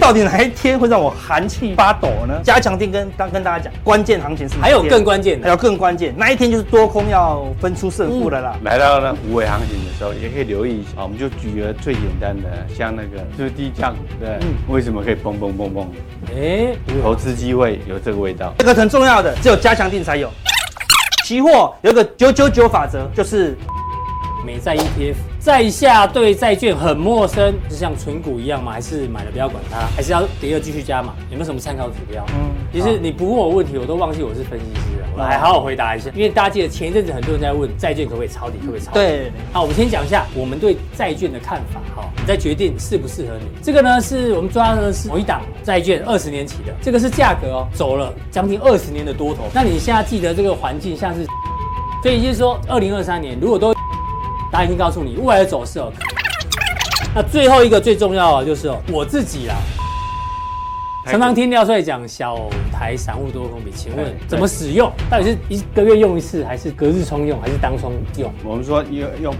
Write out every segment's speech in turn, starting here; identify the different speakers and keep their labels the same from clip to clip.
Speaker 1: 到底哪一天会让我寒气发抖呢？加强定跟刚跟大家讲，关键行情是哪
Speaker 2: 还
Speaker 1: 一天
Speaker 2: 有更关键
Speaker 1: 还
Speaker 2: 的，
Speaker 1: 有更关键，那一天就是多空要分出胜负了
Speaker 2: 嗯
Speaker 1: 啦。
Speaker 3: 来到呢五尾行情的时候，也可以留意一下。啊我们就举个最简单的，像那个就是低价股，对，
Speaker 2: 嗯
Speaker 3: 为什么可以蹦蹦蹦蹦？
Speaker 2: 哎，
Speaker 3: 投资机会有这个味道。
Speaker 1: 这个很重要的，只有加强定才有。期货有一个九九九法则，就是
Speaker 2: 美债 ETF，在下对债券很陌生，是像存股一样吗？还是买了不要管它？还是要跌了继续加码？有没有什么参考指标？嗯，其实你不问我问题，我都忘记我是分析师了。我来好好回答一下，因为大家记得前一阵子很多人在问债券可不可以抄底，可不可以抄底？
Speaker 1: 对
Speaker 2: 好，我们先讲一下我们对债券的看法，哈，你再决定适不适合你。这个呢，是我们抓的是某一档债券二十年期的，这个是价格哦，走了将近二十年的多头。那你现在记得这个环境像是，所以就是说，二零二三年如果都，大家已经告诉你未来的走势哦。那最后一个最重要的就是哦，我自己啦，常常听廖帅讲小台散户多空比，请问
Speaker 3: 对
Speaker 2: 怎么使用？到底是一个月用一次，还是隔日冲用，还是当冲用？
Speaker 3: 我们说用用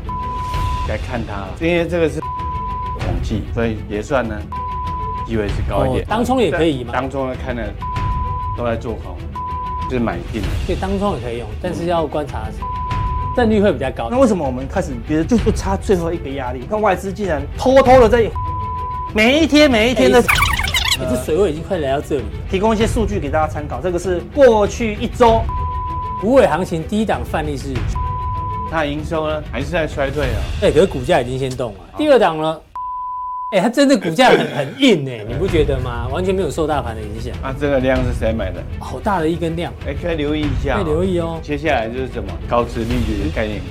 Speaker 3: 来看它，因为这个是统计，所以也算呢，机会是高一点。
Speaker 2: 哦当冲也可以吗
Speaker 3: 当中呢，看呢都在做空，就是买进的。
Speaker 2: 对，当中也可以用，但是要观察胜率会比较高
Speaker 1: 那。为什么我们开始觉得就不差最后一个压力？看外资竟然偷偷的在 每一天每一天的
Speaker 2: 哎欸、这水位已经快来到这里了。
Speaker 1: 提供一些数据给大家参考，这个是过去一周
Speaker 2: 股尾行情第一档范例是，
Speaker 3: 它的营收呢还是在衰退啊、
Speaker 2: 哎、可是股价已经先动了。
Speaker 3: 哦
Speaker 2: 第二档呢，哎、它真的股价很 很硬哎、你不觉得吗？完全没有受大盘的影响，
Speaker 3: 那、啊这个量是谁买的？
Speaker 2: 好大的一根量，
Speaker 3: 哎，可以留意一下、
Speaker 2: 可以留意哦
Speaker 3: 接下来就是什么高值利率的概念股。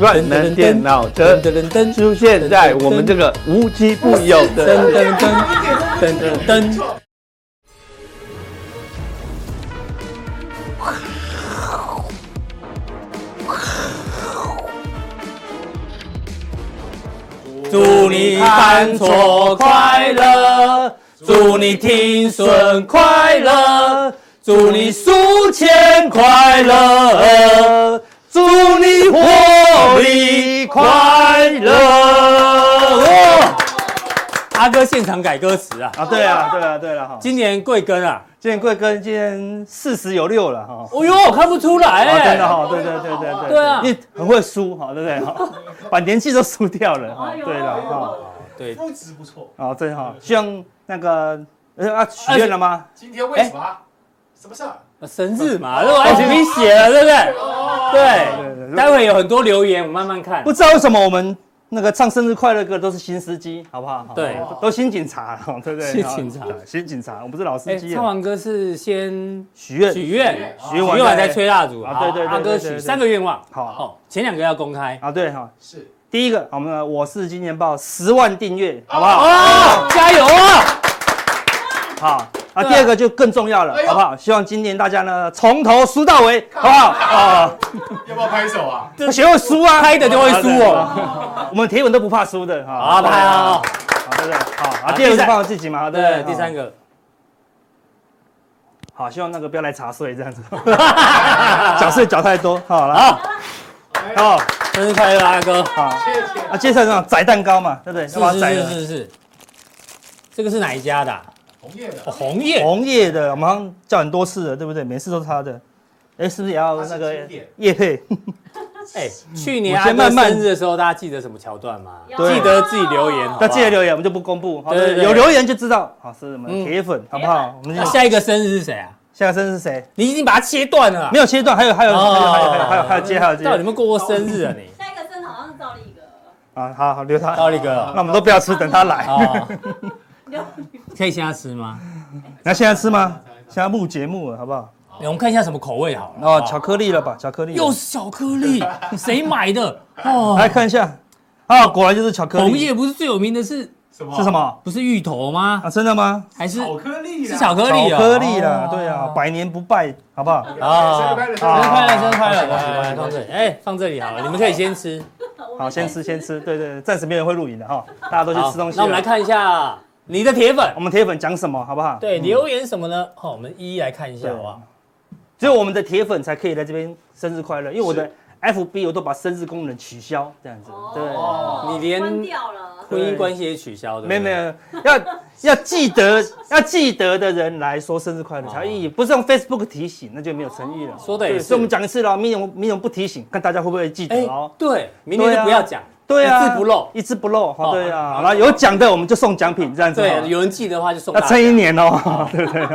Speaker 3: 万能电脑车
Speaker 2: 噔噔噔
Speaker 3: 出现在我们这个无奇不有的
Speaker 2: 噔噔噔噔噔噔。祝你看错快乐，祝你听损快乐，祝你输钱快乐，祝你获利快乐。哦阿哥现场改歌词啊！
Speaker 1: 啊，对啊，对啊，对了哈，
Speaker 2: 今年贵庚啊？
Speaker 1: 今天贵跟今天四十有六了哈。
Speaker 2: 哦哟，看不出来
Speaker 1: 啊，
Speaker 2: 哎、
Speaker 1: 真的哈、对对对对对，
Speaker 2: 对啊
Speaker 1: 你很会输哈、对不对？哈 把年纪都输掉了
Speaker 4: 哎
Speaker 1: 哈、对了哈，
Speaker 2: 对，
Speaker 1: 哦，真好，希望那个呃啊许愿了吗？
Speaker 4: 今天为什么
Speaker 1: 哎
Speaker 4: 啊？什么事儿？
Speaker 2: 生日嘛，都来
Speaker 1: 哦
Speaker 2: 你写了，对不对？
Speaker 1: 对
Speaker 2: 对，待会有很多留言，我慢慢 看
Speaker 1: 不。知道为什么我们那个唱生日快乐歌都是新司机，好不好？哈哦
Speaker 2: 对
Speaker 1: 都新警察，哈对不对？
Speaker 2: 新
Speaker 1: 哈
Speaker 2: 警察
Speaker 1: 对新警察，我们不是老司
Speaker 2: 哎，
Speaker 1: 机
Speaker 2: 唱
Speaker 1: 了。
Speaker 2: 完歌是先
Speaker 1: 啊许愿，
Speaker 2: 许愿，
Speaker 1: 许愿完
Speaker 2: 完再吹蜡烛。
Speaker 1: 啊
Speaker 2: 好
Speaker 1: 对对对
Speaker 2: 阿哥
Speaker 1: 对对
Speaker 2: 许
Speaker 1: 对
Speaker 2: 三个愿望。
Speaker 1: 好
Speaker 2: 好，前两个要公开。
Speaker 1: 啊，对哈、
Speaker 4: 是
Speaker 1: 第一个，我们的我是金钱豹十万订阅，好不好？
Speaker 2: 哦，加油啊！
Speaker 1: 好，啊，
Speaker 2: 对啊
Speaker 1: 第二个就更重要了
Speaker 4: 哎，呦
Speaker 1: 好不好？希望今年大家呢从头输到尾，好不好？啊，
Speaker 4: 要不要拍手啊？
Speaker 1: 我学会输啊，
Speaker 2: 拍的就会输哦。
Speaker 1: 我们铁粉都不怕输的哈。
Speaker 2: 好，拍啊！
Speaker 1: 好，对不对？好，啊，
Speaker 2: 好
Speaker 1: 第二
Speaker 2: 第
Speaker 1: 个
Speaker 2: 三
Speaker 1: 放我自己嘛，对不对
Speaker 2: 对，？第三个，
Speaker 1: 好，希望那个不要来查税这 样子，缴税缴太多，好了，
Speaker 2: 好，
Speaker 1: 好，
Speaker 2: 生日快乐，阿哥。
Speaker 1: 好，
Speaker 4: 谢谢。
Speaker 1: 啊，接下来这种宰蛋糕嘛，对不对？要把它
Speaker 2: 是
Speaker 1: 宰
Speaker 2: 是
Speaker 1: 了。
Speaker 2: 是是是，这个是哪一家的啊？
Speaker 4: 红叶的
Speaker 2: 哦，红叶。
Speaker 1: 红叶的，我们好像叫很多次了，对不对？每次都是他的，哎，是不是也要那个
Speaker 4: 它是经典
Speaker 1: 叶配？
Speaker 2: 哎，去年
Speaker 1: 我
Speaker 2: 阿
Speaker 1: 先
Speaker 2: 哥
Speaker 1: 慢慢
Speaker 2: 生日的时候，大家记得什么桥段吗？
Speaker 1: 对
Speaker 2: 记得自己留言好不 好。
Speaker 1: 那记得留言，我们就不公布，好，
Speaker 2: 对对对
Speaker 1: 有留言就知道，好，是我们的
Speaker 2: 嗯
Speaker 1: 铁粉，好不好？我们
Speaker 2: 那
Speaker 1: 就
Speaker 2: 下一个生日是谁啊？
Speaker 1: 下个生日是谁？
Speaker 2: 你已经把它切断了啊。
Speaker 1: 没有切断，还有还有还有
Speaker 2: 哦
Speaker 1: 还有还有还有还有接还有接
Speaker 2: 到底有没有过过生日啊 你？
Speaker 5: 下一个生好像是赵丽哥，
Speaker 1: 啊，好好留他，
Speaker 2: 高力哥
Speaker 1: 那，我们都不要吃，等他来。
Speaker 2: 哦，
Speaker 5: 刘
Speaker 2: 可以现在吃吗？
Speaker 1: 那现在吃吗？现在录节目了，好不好？
Speaker 2: 我们看一下什么口味好了。
Speaker 1: 哦，巧克力了吧？巧克力了
Speaker 2: 又是巧克力，谁买的？哦，
Speaker 1: 来看一下，啊，果然就是巧克力。
Speaker 2: 红叶不是最有名的是
Speaker 4: 什么
Speaker 1: 是什？么
Speaker 2: 不是芋头吗
Speaker 1: 啊？？真的吗？
Speaker 2: 还是
Speaker 4: 巧克力
Speaker 2: 是
Speaker 4: 啦
Speaker 2: 巧克
Speaker 1: 巧
Speaker 2: 力啊？
Speaker 1: 克力啦，
Speaker 2: 哦
Speaker 1: 对啊，百年不败，好不好？
Speaker 4: 啊！生
Speaker 2: 生
Speaker 4: 日快
Speaker 2: 日
Speaker 4: 乐！
Speaker 2: 哦快乐，生日快乐！
Speaker 1: 恭喜
Speaker 2: 来来来，
Speaker 1: 恭
Speaker 2: 放
Speaker 1: 喜
Speaker 2: 这里，哎，放这里好了，你们可以先吃。
Speaker 1: 好，先吃先吃，对对，对暂时没人会录影的哈，大家都去
Speaker 2: 好
Speaker 1: 吃东西。嗯
Speaker 2: 那我们来，看一下你的铁粉
Speaker 1: 我，们铁粉讲什么，好不好？
Speaker 2: 对，留言什么呢？好，我们一一来看一下，
Speaker 1: 对
Speaker 2: 好不好？
Speaker 1: 只有我们的铁粉才可以来这边生日快乐，因为我的 FB 我都把生日功能取消，这样子，对，
Speaker 5: 哦
Speaker 2: 你连
Speaker 5: 关掉了，
Speaker 2: 婚姻关系也取消的，
Speaker 1: 没有
Speaker 2: 对不
Speaker 1: 没
Speaker 2: 对，
Speaker 1: 有，要要记得要记得的人来说生日快乐才有意义，不是用 Facebook 提醒，那就没有诚意了。
Speaker 2: 说的也
Speaker 1: 对
Speaker 2: 是
Speaker 1: 所以我们讲一次了，明年我明年我不提醒，看大家会不会记得
Speaker 2: 哎
Speaker 1: 哦。，
Speaker 2: 对，明天
Speaker 1: 对
Speaker 2: 就
Speaker 1: 啊
Speaker 2: 不要讲，
Speaker 1: 对啊，
Speaker 2: 一字不漏，
Speaker 1: 一字不漏。
Speaker 2: 哦
Speaker 1: 哦对啊，
Speaker 2: 好
Speaker 1: 好了，有奖的我们就送奖品，这样子。
Speaker 2: 对，
Speaker 1: 哦
Speaker 2: 有人记得的话就送
Speaker 1: 要
Speaker 2: 大家
Speaker 1: 撑一年哦，对不对？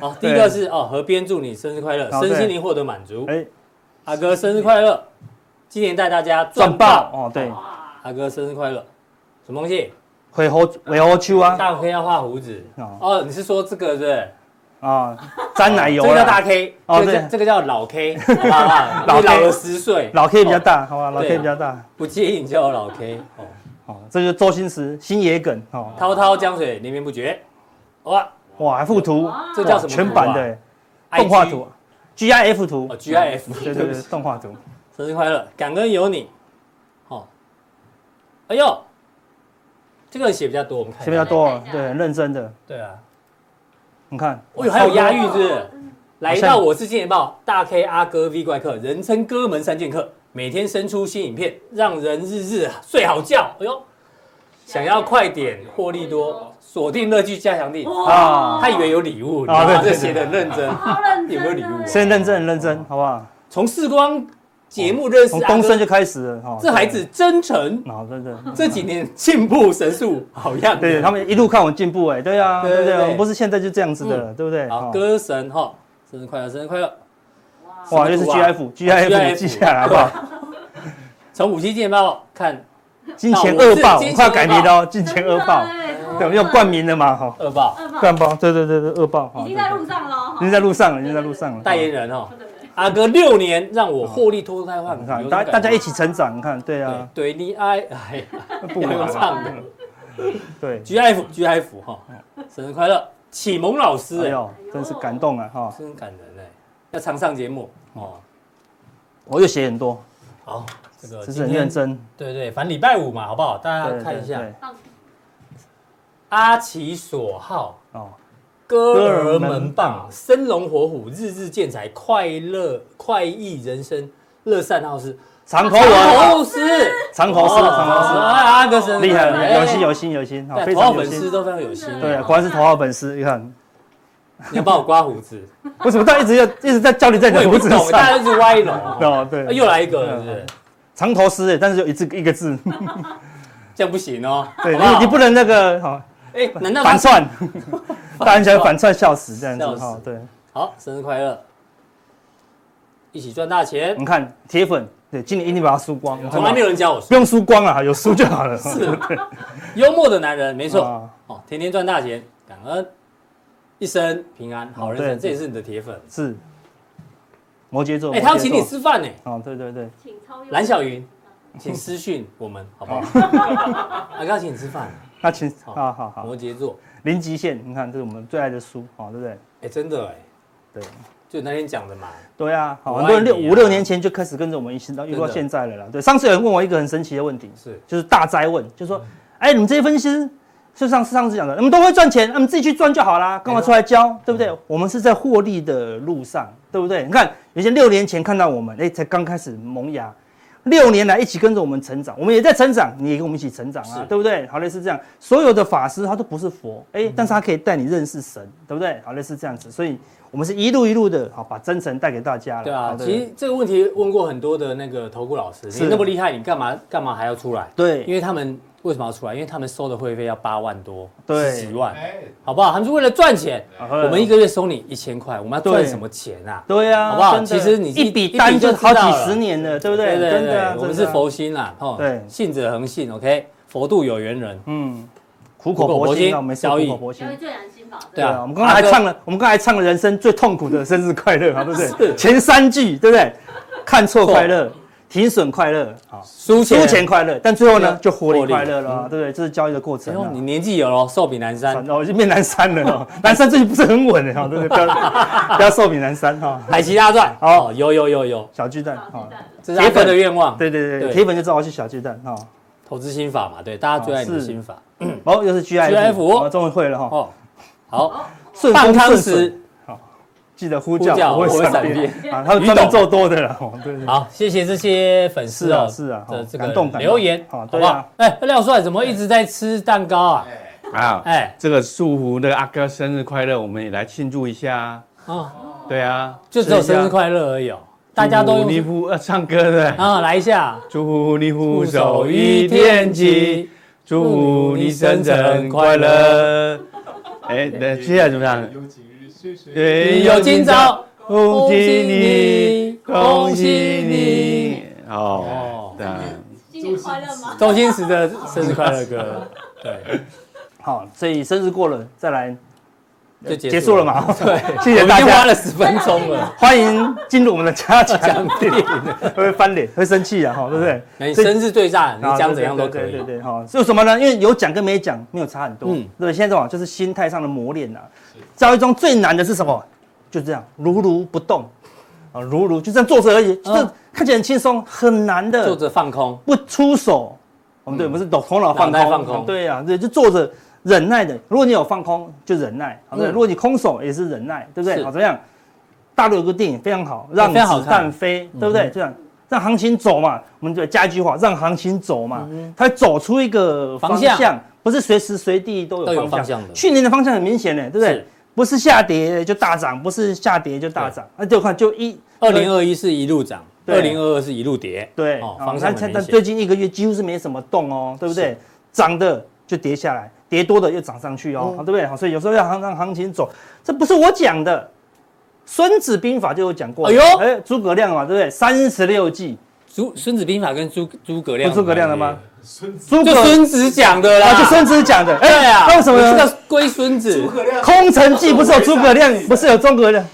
Speaker 2: 哦，第一个是哦，河边祝你生日快乐，
Speaker 1: 哦
Speaker 2: 身
Speaker 1: 对
Speaker 2: 心灵获得满足。
Speaker 1: 哎，
Speaker 2: 阿哥生日快乐，今年带大家赚
Speaker 1: 赚爆
Speaker 2: 爆。
Speaker 1: 哦，对，
Speaker 5: 哇，
Speaker 2: 阿哥生日快乐，什么东西？
Speaker 1: 回猴尾猴丘啊，
Speaker 2: 大 K 要画胡子。
Speaker 1: 哦
Speaker 2: 哦，你是说这个是不是？
Speaker 1: 啊，沾奶油
Speaker 2: 这个叫大
Speaker 1: 啦，
Speaker 2: K，
Speaker 1: 哦
Speaker 2: 这个叫
Speaker 1: 对
Speaker 2: 这个叫老 K，好不好？
Speaker 1: 老
Speaker 2: 老
Speaker 1: K
Speaker 2: 老了十岁，
Speaker 1: 老 K 比较大，好吧，老
Speaker 2: 对
Speaker 1: K 比较大，
Speaker 2: 不介意你叫我老 K。哦，
Speaker 1: 哦，这就是周星驰星爷梗哦，
Speaker 2: 滔滔江水连绵不绝。哇，
Speaker 1: 哇，还附图，
Speaker 5: 哇
Speaker 2: 这叫什么
Speaker 1: 全版的欸
Speaker 2: IG
Speaker 1: 动画图，GIF 图
Speaker 2: 哦，GIF，
Speaker 1: 对对对，动画图，
Speaker 2: 生日快乐，感恩有你。哦，哎呦，这个人写比较多，我们看
Speaker 1: 前
Speaker 2: 一下。
Speaker 1: 面要多哦
Speaker 5: 看一，下
Speaker 1: 对，很认真的，
Speaker 2: 对啊。
Speaker 1: 你看，
Speaker 2: 哦呦，还有押韵是不是？来
Speaker 1: 好
Speaker 2: 到
Speaker 1: 像
Speaker 2: 我是金钱豹，大 K 阿哥 V 怪客，人称哥们三剑客，每天生出新影片，让人日日睡好觉。哎呦，想要快点获利多，锁定乐趣加强力。
Speaker 1: 啊
Speaker 2: 他以为有礼物，
Speaker 1: 啊
Speaker 2: 啊，
Speaker 1: 对
Speaker 2: 这
Speaker 1: 对
Speaker 2: 写的认真。
Speaker 5: 好认真，
Speaker 2: 有没有礼物
Speaker 1: 先认真很认真，好不好？
Speaker 2: 从视光节目认识
Speaker 1: 从
Speaker 2: 阿
Speaker 1: 东
Speaker 2: 哦啊哥
Speaker 1: 升，就开始了，哈，哦
Speaker 2: 这孩子真诚，
Speaker 1: 对，好认真。
Speaker 2: 这几年进步神速，好样的。
Speaker 1: 对他们一路看我进步，哎，对啊，
Speaker 2: 对
Speaker 1: 对
Speaker 2: 对
Speaker 1: 不对？
Speaker 2: 对嗯
Speaker 1: 我们不是现在就这样子的了，对不对？
Speaker 2: 好，
Speaker 1: 哦
Speaker 2: 歌神哈，生日快乐，生日快乐！
Speaker 1: 哇，又是
Speaker 2: 什么图啊
Speaker 1: GIF，GIF
Speaker 2: 啊
Speaker 1: 你记下来好不好？
Speaker 2: 从五七剑豹看
Speaker 1: 金钱恶
Speaker 2: 那
Speaker 1: 报，
Speaker 2: 我是
Speaker 1: 我快要改名了哦，金钱恶 报，对，我
Speaker 5: 对
Speaker 1: 们用冠，名了嘛，哈，
Speaker 2: 恶报
Speaker 5: 恶霸
Speaker 1: 冠包，对对对对，恶报，哈
Speaker 5: 已经
Speaker 1: 对
Speaker 5: 在
Speaker 1: 对
Speaker 5: 路上了，
Speaker 1: 已经在路上了，已经在路上了。
Speaker 2: 代言人哈，
Speaker 5: 对对对
Speaker 2: 阿哥六年让我获利脱胎换骨
Speaker 1: 你，看，
Speaker 2: 有
Speaker 1: 大
Speaker 2: 种感觉
Speaker 1: 大家一起成长，你看，对
Speaker 2: 对
Speaker 1: 啊，
Speaker 2: 对你爱哎
Speaker 1: 不
Speaker 2: 要
Speaker 1: 完
Speaker 2: 用唱的
Speaker 1: 对，
Speaker 2: G F G F 哈，生日快乐，启蒙老师
Speaker 1: 哎
Speaker 2: 哎，
Speaker 1: 呦，真是感动啊，哈，
Speaker 2: 真感人哎，要常上节目哦。
Speaker 1: 我又写很多，
Speaker 2: 好，这个
Speaker 1: 真
Speaker 2: 呃今
Speaker 1: 是很
Speaker 2: 天
Speaker 1: 认，真，
Speaker 2: 对对，反正礼拜五嘛，好不好？大
Speaker 1: 对
Speaker 2: 家看一下
Speaker 1: 对对
Speaker 2: 阿奇所好。
Speaker 1: 哦，
Speaker 2: 歌儿门棒，生龙活虎，日日见财，快乐快意人生，乐善好施。
Speaker 1: 长头
Speaker 2: 长
Speaker 1: 文，啊
Speaker 2: 头诗，
Speaker 1: 长头诗，长
Speaker 2: 哎阿哥生
Speaker 1: 头
Speaker 2: 日
Speaker 1: 诗，厉害
Speaker 2: 快
Speaker 1: 了，
Speaker 2: 乐
Speaker 1: 有心有心有心，好，
Speaker 2: 哎对，
Speaker 1: 非
Speaker 2: 头号
Speaker 1: 常有
Speaker 2: 粉丝
Speaker 1: 心，
Speaker 2: 都非常有心。
Speaker 1: 对啊，果然是头号粉丝，你看，
Speaker 2: 你要帮我刮 胡子，
Speaker 1: 为什么大家一直要一直在叫你在
Speaker 2: 我
Speaker 1: 你的
Speaker 2: 也
Speaker 1: 胡
Speaker 2: 不
Speaker 1: 子
Speaker 2: 懂，
Speaker 1: 上？
Speaker 2: 大家都是歪楼。哦
Speaker 1: 哦，
Speaker 2: 啊
Speaker 1: 对，
Speaker 2: 又来一个，是不是？
Speaker 1: 长头诗，哎但是有一字一个 字，
Speaker 2: 这样不行哦。
Speaker 1: 对
Speaker 2: 好不好
Speaker 1: 你你不能那个好
Speaker 2: 哎，难道他
Speaker 1: 反？ 串，大人想反串笑死这样子
Speaker 2: 笑死
Speaker 1: 哈，对，
Speaker 2: 好，生日快乐，一起赚大钱。
Speaker 1: 你看铁粉，对，今年一定把它输光，
Speaker 2: 从来没有人教我
Speaker 1: 不
Speaker 2: 说，
Speaker 1: 用输光啊，有输就好了，啊
Speaker 2: 是幽默的男人，没
Speaker 1: 没
Speaker 2: 错。哦，天天赚大钱，感恩，一生平安，好人
Speaker 1: 哦对
Speaker 2: 生，这也是你的铁粉。
Speaker 1: 是摩羯座，
Speaker 2: 哎，他要请
Speaker 1: 摩
Speaker 2: 你
Speaker 1: 羯座
Speaker 2: 吃饭呢，
Speaker 1: 哦，对对对，
Speaker 5: 请超越
Speaker 2: 蓝小云，请私讯我们，好不好？阿哥请你吃饭，
Speaker 1: 他请
Speaker 2: 好
Speaker 1: 啊，好好，
Speaker 2: 摩羯座，
Speaker 1: 零极限，你看这是我们最爱的书，好，对不对？
Speaker 2: 哎，真的哎，
Speaker 1: 对，
Speaker 2: 就那天讲的嘛，
Speaker 1: 对啊，好，
Speaker 2: 我
Speaker 1: 很多人
Speaker 2: 爱你
Speaker 1: 六
Speaker 2: 啊
Speaker 1: 五六年前就开始跟着我们一起到，一路到
Speaker 2: 真的
Speaker 1: 现在了啦。对，上次有人问我一个很神奇的问题，
Speaker 2: 是
Speaker 1: 就是大灾问，就是说，哎，你们这些分析师，就上上次讲的，你们都会赚钱，你们自己去赚就好啦，干嘛出来教，
Speaker 2: 嗯
Speaker 1: 对不对？我们是在获利的路上，对不对？你看，有些六年前看到我们，哎，才刚开始萌芽。六年来一起跟着我们成长，我们也在成长，你也跟我们一起成长
Speaker 2: 是
Speaker 1: 啊，对不对？好，类似这样，所有的法师他都不是佛，哎、
Speaker 2: 嗯
Speaker 1: 但是他可以带你认识神，对不对？好，类似这样子，所以我们是一路一路的，好把真诚带给大家了。
Speaker 2: 对啊
Speaker 1: 好。
Speaker 2: 其实这个问题问过很多的那个投顾老师，
Speaker 1: 是
Speaker 2: 你那么厉害，你干嘛干嘛还要出来？
Speaker 1: 对
Speaker 2: 因为他们为什么要出来？因为他们收的会费要八万多，
Speaker 1: 对
Speaker 2: 十几万，
Speaker 4: 哎，
Speaker 2: 好不好？他们是为了赚钱。我们一个月收你一千块，我们要赚
Speaker 1: 对
Speaker 2: 什么钱啊？
Speaker 1: 对啊，
Speaker 2: 好不好
Speaker 1: 真的
Speaker 2: 其实你
Speaker 1: 一
Speaker 2: 一
Speaker 1: 笔
Speaker 2: 笔
Speaker 1: 单就
Speaker 2: 就知
Speaker 1: 好
Speaker 2: 道
Speaker 1: 几
Speaker 2: 了
Speaker 1: 十年了，对不对？
Speaker 2: 对
Speaker 1: 真的啊，
Speaker 2: 对，我
Speaker 1: 真
Speaker 2: 们是
Speaker 1: 的啊
Speaker 2: 佛，心啦，哦，
Speaker 1: 对
Speaker 2: 信者恒信，OK，佛度有缘人，
Speaker 1: 嗯，苦
Speaker 2: 苦
Speaker 1: 口
Speaker 2: 口
Speaker 1: 婆
Speaker 2: 婆
Speaker 1: 心
Speaker 2: 心
Speaker 1: 啊，我们是
Speaker 2: 交易
Speaker 1: 苦口婆心
Speaker 5: 交。易最难心吧？
Speaker 2: 对
Speaker 1: 对
Speaker 2: 啊
Speaker 1: 啊，我们刚才还唱了，我们刚才还唱了人生最痛苦的生日快乐啊，对不
Speaker 2: 是
Speaker 1: 对？前三句对不对？看错快乐，停损快乐，好，
Speaker 2: 输
Speaker 1: 输钱快乐，但最后呢
Speaker 2: 对
Speaker 1: 就获
Speaker 2: 获
Speaker 1: 利
Speaker 2: 利
Speaker 1: 快乐了啊，对不对？这是交易的过
Speaker 2: 哎
Speaker 1: 程
Speaker 2: 呦，
Speaker 1: 啊
Speaker 2: 你。年纪有了，寿比南山，
Speaker 1: 哦，已经变南山了哦， 南山最近不是很稳的哦哈，对不对？不要 不要寿比南山 哈，
Speaker 2: 海奇大赚，
Speaker 1: 好
Speaker 2: 哦，有有有有，
Speaker 1: 小巨蛋
Speaker 5: 好
Speaker 1: 哈
Speaker 2: 这
Speaker 5: 现，在
Speaker 2: 是阿哥的愿望，
Speaker 1: 对对对，
Speaker 2: 对
Speaker 1: 铁粉就知道我去小巨蛋哦哈，
Speaker 2: 投资心法嘛，对，大家最爱你的
Speaker 1: 是
Speaker 2: 心法，
Speaker 1: 哦，又是 GIF，
Speaker 2: GIF
Speaker 1: 哦终于会了哈，
Speaker 2: 哦，好，
Speaker 1: 顺
Speaker 2: 半
Speaker 1: 风
Speaker 2: 汤
Speaker 1: 顺水
Speaker 2: 匙，
Speaker 1: 记得呼
Speaker 2: 呼
Speaker 1: 叫，
Speaker 2: 叫
Speaker 1: 我会
Speaker 2: 我会
Speaker 1: 闪
Speaker 2: 闪
Speaker 1: 电
Speaker 2: 电。
Speaker 1: 啊，他们专门做多的了，哦对对。
Speaker 2: 好，谢谢这些粉丝哦，
Speaker 1: 是啊是啊
Speaker 2: 的
Speaker 1: 哦
Speaker 2: 这
Speaker 1: 感动感
Speaker 2: 个
Speaker 1: 动
Speaker 2: 留言，
Speaker 1: 好
Speaker 2: 好
Speaker 1: 对
Speaker 2: 不
Speaker 1: 啊
Speaker 2: 好？哎，廖帅怎么一直在吃蛋糕啊？
Speaker 4: 哎，
Speaker 3: 啊，
Speaker 2: 哎，
Speaker 3: 这个祝福那个阿哥生日快乐，我们也来庆祝一下啊。
Speaker 2: 哦，
Speaker 3: 对啊，
Speaker 2: 就只有生日
Speaker 3: 乐，
Speaker 2: 快乐而已哦，大家都
Speaker 3: 你
Speaker 2: 用
Speaker 3: 呼呃唱歌的，
Speaker 2: 啊，来一下，
Speaker 3: 祝福你福寿与天齐，祝福你生辰快乐。哎，那接下来怎么样？
Speaker 4: 有几日岁岁
Speaker 3: 对
Speaker 2: 你有今朝，
Speaker 3: 恭喜你，恭喜你！
Speaker 2: 哦
Speaker 3: 哦，对啊，
Speaker 5: 新年快乐吗？
Speaker 2: 周星驰的生日快乐歌，对，
Speaker 1: 好，所以生日过了，再来
Speaker 2: 就结
Speaker 1: 结束了？嘛？
Speaker 2: 对，
Speaker 1: 谢谢
Speaker 2: 我们
Speaker 1: 大
Speaker 2: 已经
Speaker 1: 家
Speaker 2: 花了十分钟了。
Speaker 1: 欢迎进入我们的嘉奖 店，会不会翻脸，会生气啊，哈，对不对？
Speaker 2: 那你
Speaker 1: 这
Speaker 2: 生日对战，嗯你
Speaker 1: 啊
Speaker 2: 讲怎样都可
Speaker 1: 对对
Speaker 2: 以
Speaker 1: 对。对对，哈，为什么呢？因为有讲跟没讲没有差很多，
Speaker 2: 嗯
Speaker 1: 嗯，对，现在这种就是心态上的磨练呐。教育中最难的是什么？就这样如如不动，啊，如如就这样坐着而已，这
Speaker 2: 嗯
Speaker 1: 看起来很轻松，很难的，
Speaker 2: 坐着放空，
Speaker 1: 不出手，我们对，不是头头脑放
Speaker 2: 嗯脑袋
Speaker 1: 空，
Speaker 2: 放空
Speaker 1: 对啊呀，对，就坐着忍耐的。如果你有放空，就忍耐，哦好对。
Speaker 2: 嗯
Speaker 1: 如果你空手也是忍耐，对不对？哦
Speaker 2: 是哦
Speaker 1: 好，怎么样？大陆有个电影非常好，让
Speaker 2: 非常好
Speaker 1: 子
Speaker 2: 看嗯
Speaker 1: 弹飞，对不对？这样让行情走嘛，我们就加一句话，让行情走嘛，它会走出一个
Speaker 2: 嗯方
Speaker 1: 方
Speaker 2: 向
Speaker 1: 向，不是随时随地都
Speaker 2: 都
Speaker 1: 有
Speaker 2: 有方
Speaker 1: 方
Speaker 2: 向
Speaker 1: 向
Speaker 2: 的
Speaker 1: 去年的方向很明显呢，对不对
Speaker 2: 是？
Speaker 1: 不是下跌就大涨，不是下跌就大涨，那就看就一
Speaker 2: 二零二一是一路涨，二
Speaker 1: 对
Speaker 2: 零二二是一路跌，
Speaker 1: 对，
Speaker 2: 哦
Speaker 1: 哦，
Speaker 2: 方向
Speaker 1: 它
Speaker 2: 很
Speaker 1: 它
Speaker 2: 明
Speaker 1: 它
Speaker 2: 显
Speaker 1: 最近一个月几乎是没什么动哦，对不对？涨的就跌下来，跌多的又涨上去
Speaker 2: 嗯
Speaker 1: 哦，好对不对？好，所以有时候要行让行情走，这不是我讲的，《孙子兵法》就有讲过。
Speaker 2: 哎呦
Speaker 1: 哎，诸葛亮嘛，对不对？三十六计，
Speaker 2: 诸《孙子兵法》跟诸诸葛
Speaker 1: 不
Speaker 2: 亮，
Speaker 1: 是诸葛亮的吗？？
Speaker 4: 孙子
Speaker 1: 诸
Speaker 2: 就
Speaker 1: 葛
Speaker 2: 孙子讲的啦，
Speaker 1: 啊，就孙子讲的。
Speaker 2: 对啊，
Speaker 1: 那为什么
Speaker 2: 这
Speaker 1: 呢？
Speaker 2: 个啊龟孙子
Speaker 4: 诸？葛亮
Speaker 1: 空城计不是有诸葛亮，不是有诸葛亮？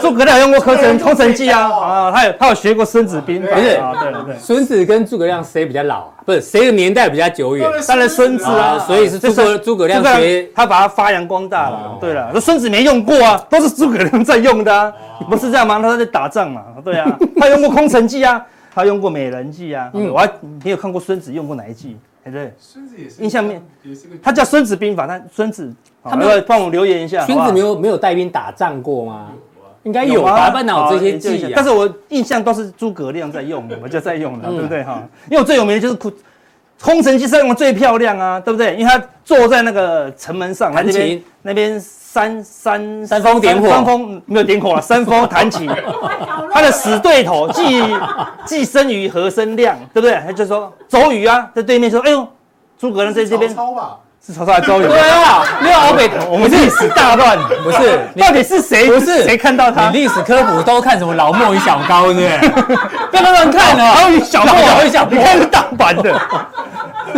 Speaker 1: 诸葛亮有用过空城空城计啊，啊，他有他有学过《孙子兵法
Speaker 4: 不》
Speaker 2: 哎是
Speaker 1: 啊，对对对。
Speaker 2: 孙子跟诸葛亮谁比较老啊？不是谁的年代比较久远？
Speaker 1: 当然孙子啊
Speaker 2: 啊，所以是诸
Speaker 1: 这
Speaker 2: 葛
Speaker 1: 是
Speaker 2: 诸葛亮学哦
Speaker 1: 他把它发扬光大了。对了，那孙子没用过啊，都是诸葛亮在用的啊，
Speaker 2: 哦
Speaker 1: 不是这样吗？他在打仗嘛，对 啊，他用过空城计啊，他用过美人计啊，
Speaker 2: 嗯
Speaker 1: 我还没有看过孙子用过哪一计，哎对，
Speaker 4: 孙子也是
Speaker 1: 印象面，
Speaker 4: 也是个
Speaker 1: 他叫《孙子兵法》，但孙子，哦
Speaker 2: 他
Speaker 1: 他
Speaker 2: 没有
Speaker 1: 们帮我留言一下，
Speaker 2: 孙
Speaker 1: 好
Speaker 2: 子
Speaker 1: 不
Speaker 2: 没
Speaker 1: 好
Speaker 2: 有没有带兵打仗过吗？应该哎有吧，
Speaker 1: 啊
Speaker 2: 不然哪有这些
Speaker 1: 好研究一
Speaker 2: 记
Speaker 1: 下
Speaker 2: 忆啊？嗯
Speaker 1: 但是我印象都是诸葛亮在用的， 我就在用的，对不对哈？因为我最有名的就是空空城计是用的最漂亮啊，对不对？因为他坐在那个城门上，来
Speaker 2: 弹
Speaker 1: 这边
Speaker 2: 琴
Speaker 1: 那边三三
Speaker 2: 煽风点火
Speaker 1: 煽风没有点 火了，煽风弹琴，他的死对头既 既生于何生亮，对不对？他就说周瑜啊，在对面说，哎呦，诸葛亮在这边
Speaker 4: 曹操吧，
Speaker 1: 是曹操还是周瑜？
Speaker 2: 对啊，没有欧北，
Speaker 1: 我们历史大乱，
Speaker 2: 不是你
Speaker 1: 到底是谁？
Speaker 2: 不是
Speaker 1: 谁看到他？
Speaker 2: 你历史科普都看什么老莫与小高，对不对？ 不要乱看
Speaker 1: 然后
Speaker 2: 哦。
Speaker 1: 你小莫，
Speaker 2: 老小莫
Speaker 1: 你看是盗版的。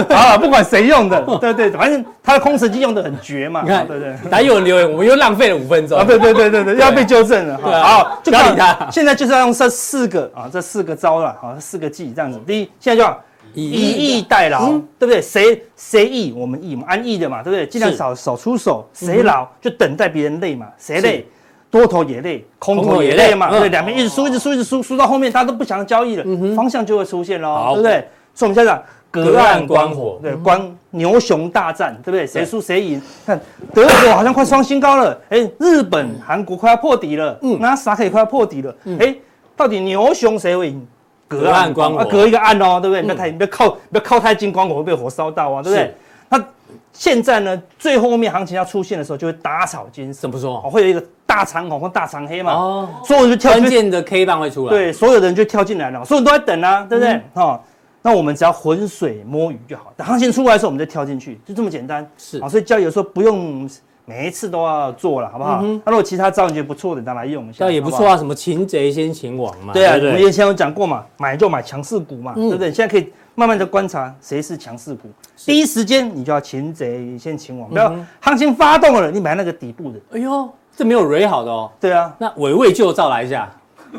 Speaker 1: 啊，不管谁用的， 对对，反正他的空城计用的很绝嘛，
Speaker 2: 你看
Speaker 1: 哦对对。，
Speaker 2: 哪有人留言？我们又浪费了五分钟
Speaker 1: 啊，。对对对对对，要被纠正了。
Speaker 2: 对啊
Speaker 1: 哈好，
Speaker 2: 不要理他
Speaker 1: 看现在就是要用这四个啊，这四个招了，好，四个计这样子。第一，现在就要
Speaker 2: 以
Speaker 1: 以逸嗯待劳，对不对？谁谁逸，我们逸，我们安逸的嘛，对不对？尽量
Speaker 2: 是
Speaker 1: 少少出手，谁劳就等待别人累嘛，谁累
Speaker 2: 是。
Speaker 1: 多头也累，空
Speaker 2: 空头
Speaker 1: 头也
Speaker 2: 也
Speaker 1: 累
Speaker 2: 累
Speaker 1: 嘛，
Speaker 2: 嗯
Speaker 1: 对不对，两边一直输，一直输，一直输，输到后面大家都不想交易了，方向就会出现喽
Speaker 2: 好，
Speaker 1: 对不对？所以我们现在讲
Speaker 2: 隔
Speaker 1: 嗯隔
Speaker 2: 岸
Speaker 1: 岸
Speaker 2: 观
Speaker 1: 观
Speaker 2: 火
Speaker 1: 火，对，观牛熊大战，对不对？
Speaker 2: 对
Speaker 1: 谁输谁赢？看德国好像快创新高了，哎，日本、韩国快要破底了，
Speaker 2: 嗯
Speaker 1: 嗯，那萨克也快要破底了，哎，到底牛熊谁会赢？
Speaker 2: 隔岸观火
Speaker 1: 啊隔一个岸哦，对不对？
Speaker 2: 嗯
Speaker 1: 不要太，不要靠，不要靠太近光火会被火烧到啊，对不
Speaker 2: 是
Speaker 1: 对？那现在呢，最后面行情要出现的时候，就会打草惊蛇，
Speaker 2: 怎么
Speaker 1: 哦，
Speaker 2: 说？
Speaker 1: 会有一个大长红或大长黑嘛，
Speaker 2: 哦，
Speaker 1: 所以我就跳
Speaker 2: 关
Speaker 1: 进
Speaker 2: 键的 K 棒会出来。，
Speaker 1: 对，所有的人就跳进来了，所有人都在等
Speaker 2: 嗯
Speaker 1: 啊，对不对？哦，那我们只要浑水摸鱼就好，等行情出来的时候我们就跳进去，就这么简单。哦
Speaker 2: 是
Speaker 1: 好，所以交易有时候不用每一次都要做了，好不
Speaker 2: 嗯
Speaker 1: 好？那、如果其他招你觉得不错的，你拿来用一下，
Speaker 2: 倒也不
Speaker 1: 好
Speaker 2: 错
Speaker 1: 好。
Speaker 2: 啊，什么擒贼先擒王嘛。
Speaker 1: 对啊，
Speaker 2: 不
Speaker 1: 我们以前有讲过嘛，买就买强势股嘛，
Speaker 2: 嗯
Speaker 1: 对不对？现在可以慢慢的观察谁是强势股，第一时间你就要擒贼先擒王，不要行情发动了，你买那个底部的。
Speaker 2: 哎呦，这没有蕊好的哦。
Speaker 1: 对啊，
Speaker 2: 那围魏救赵来一下，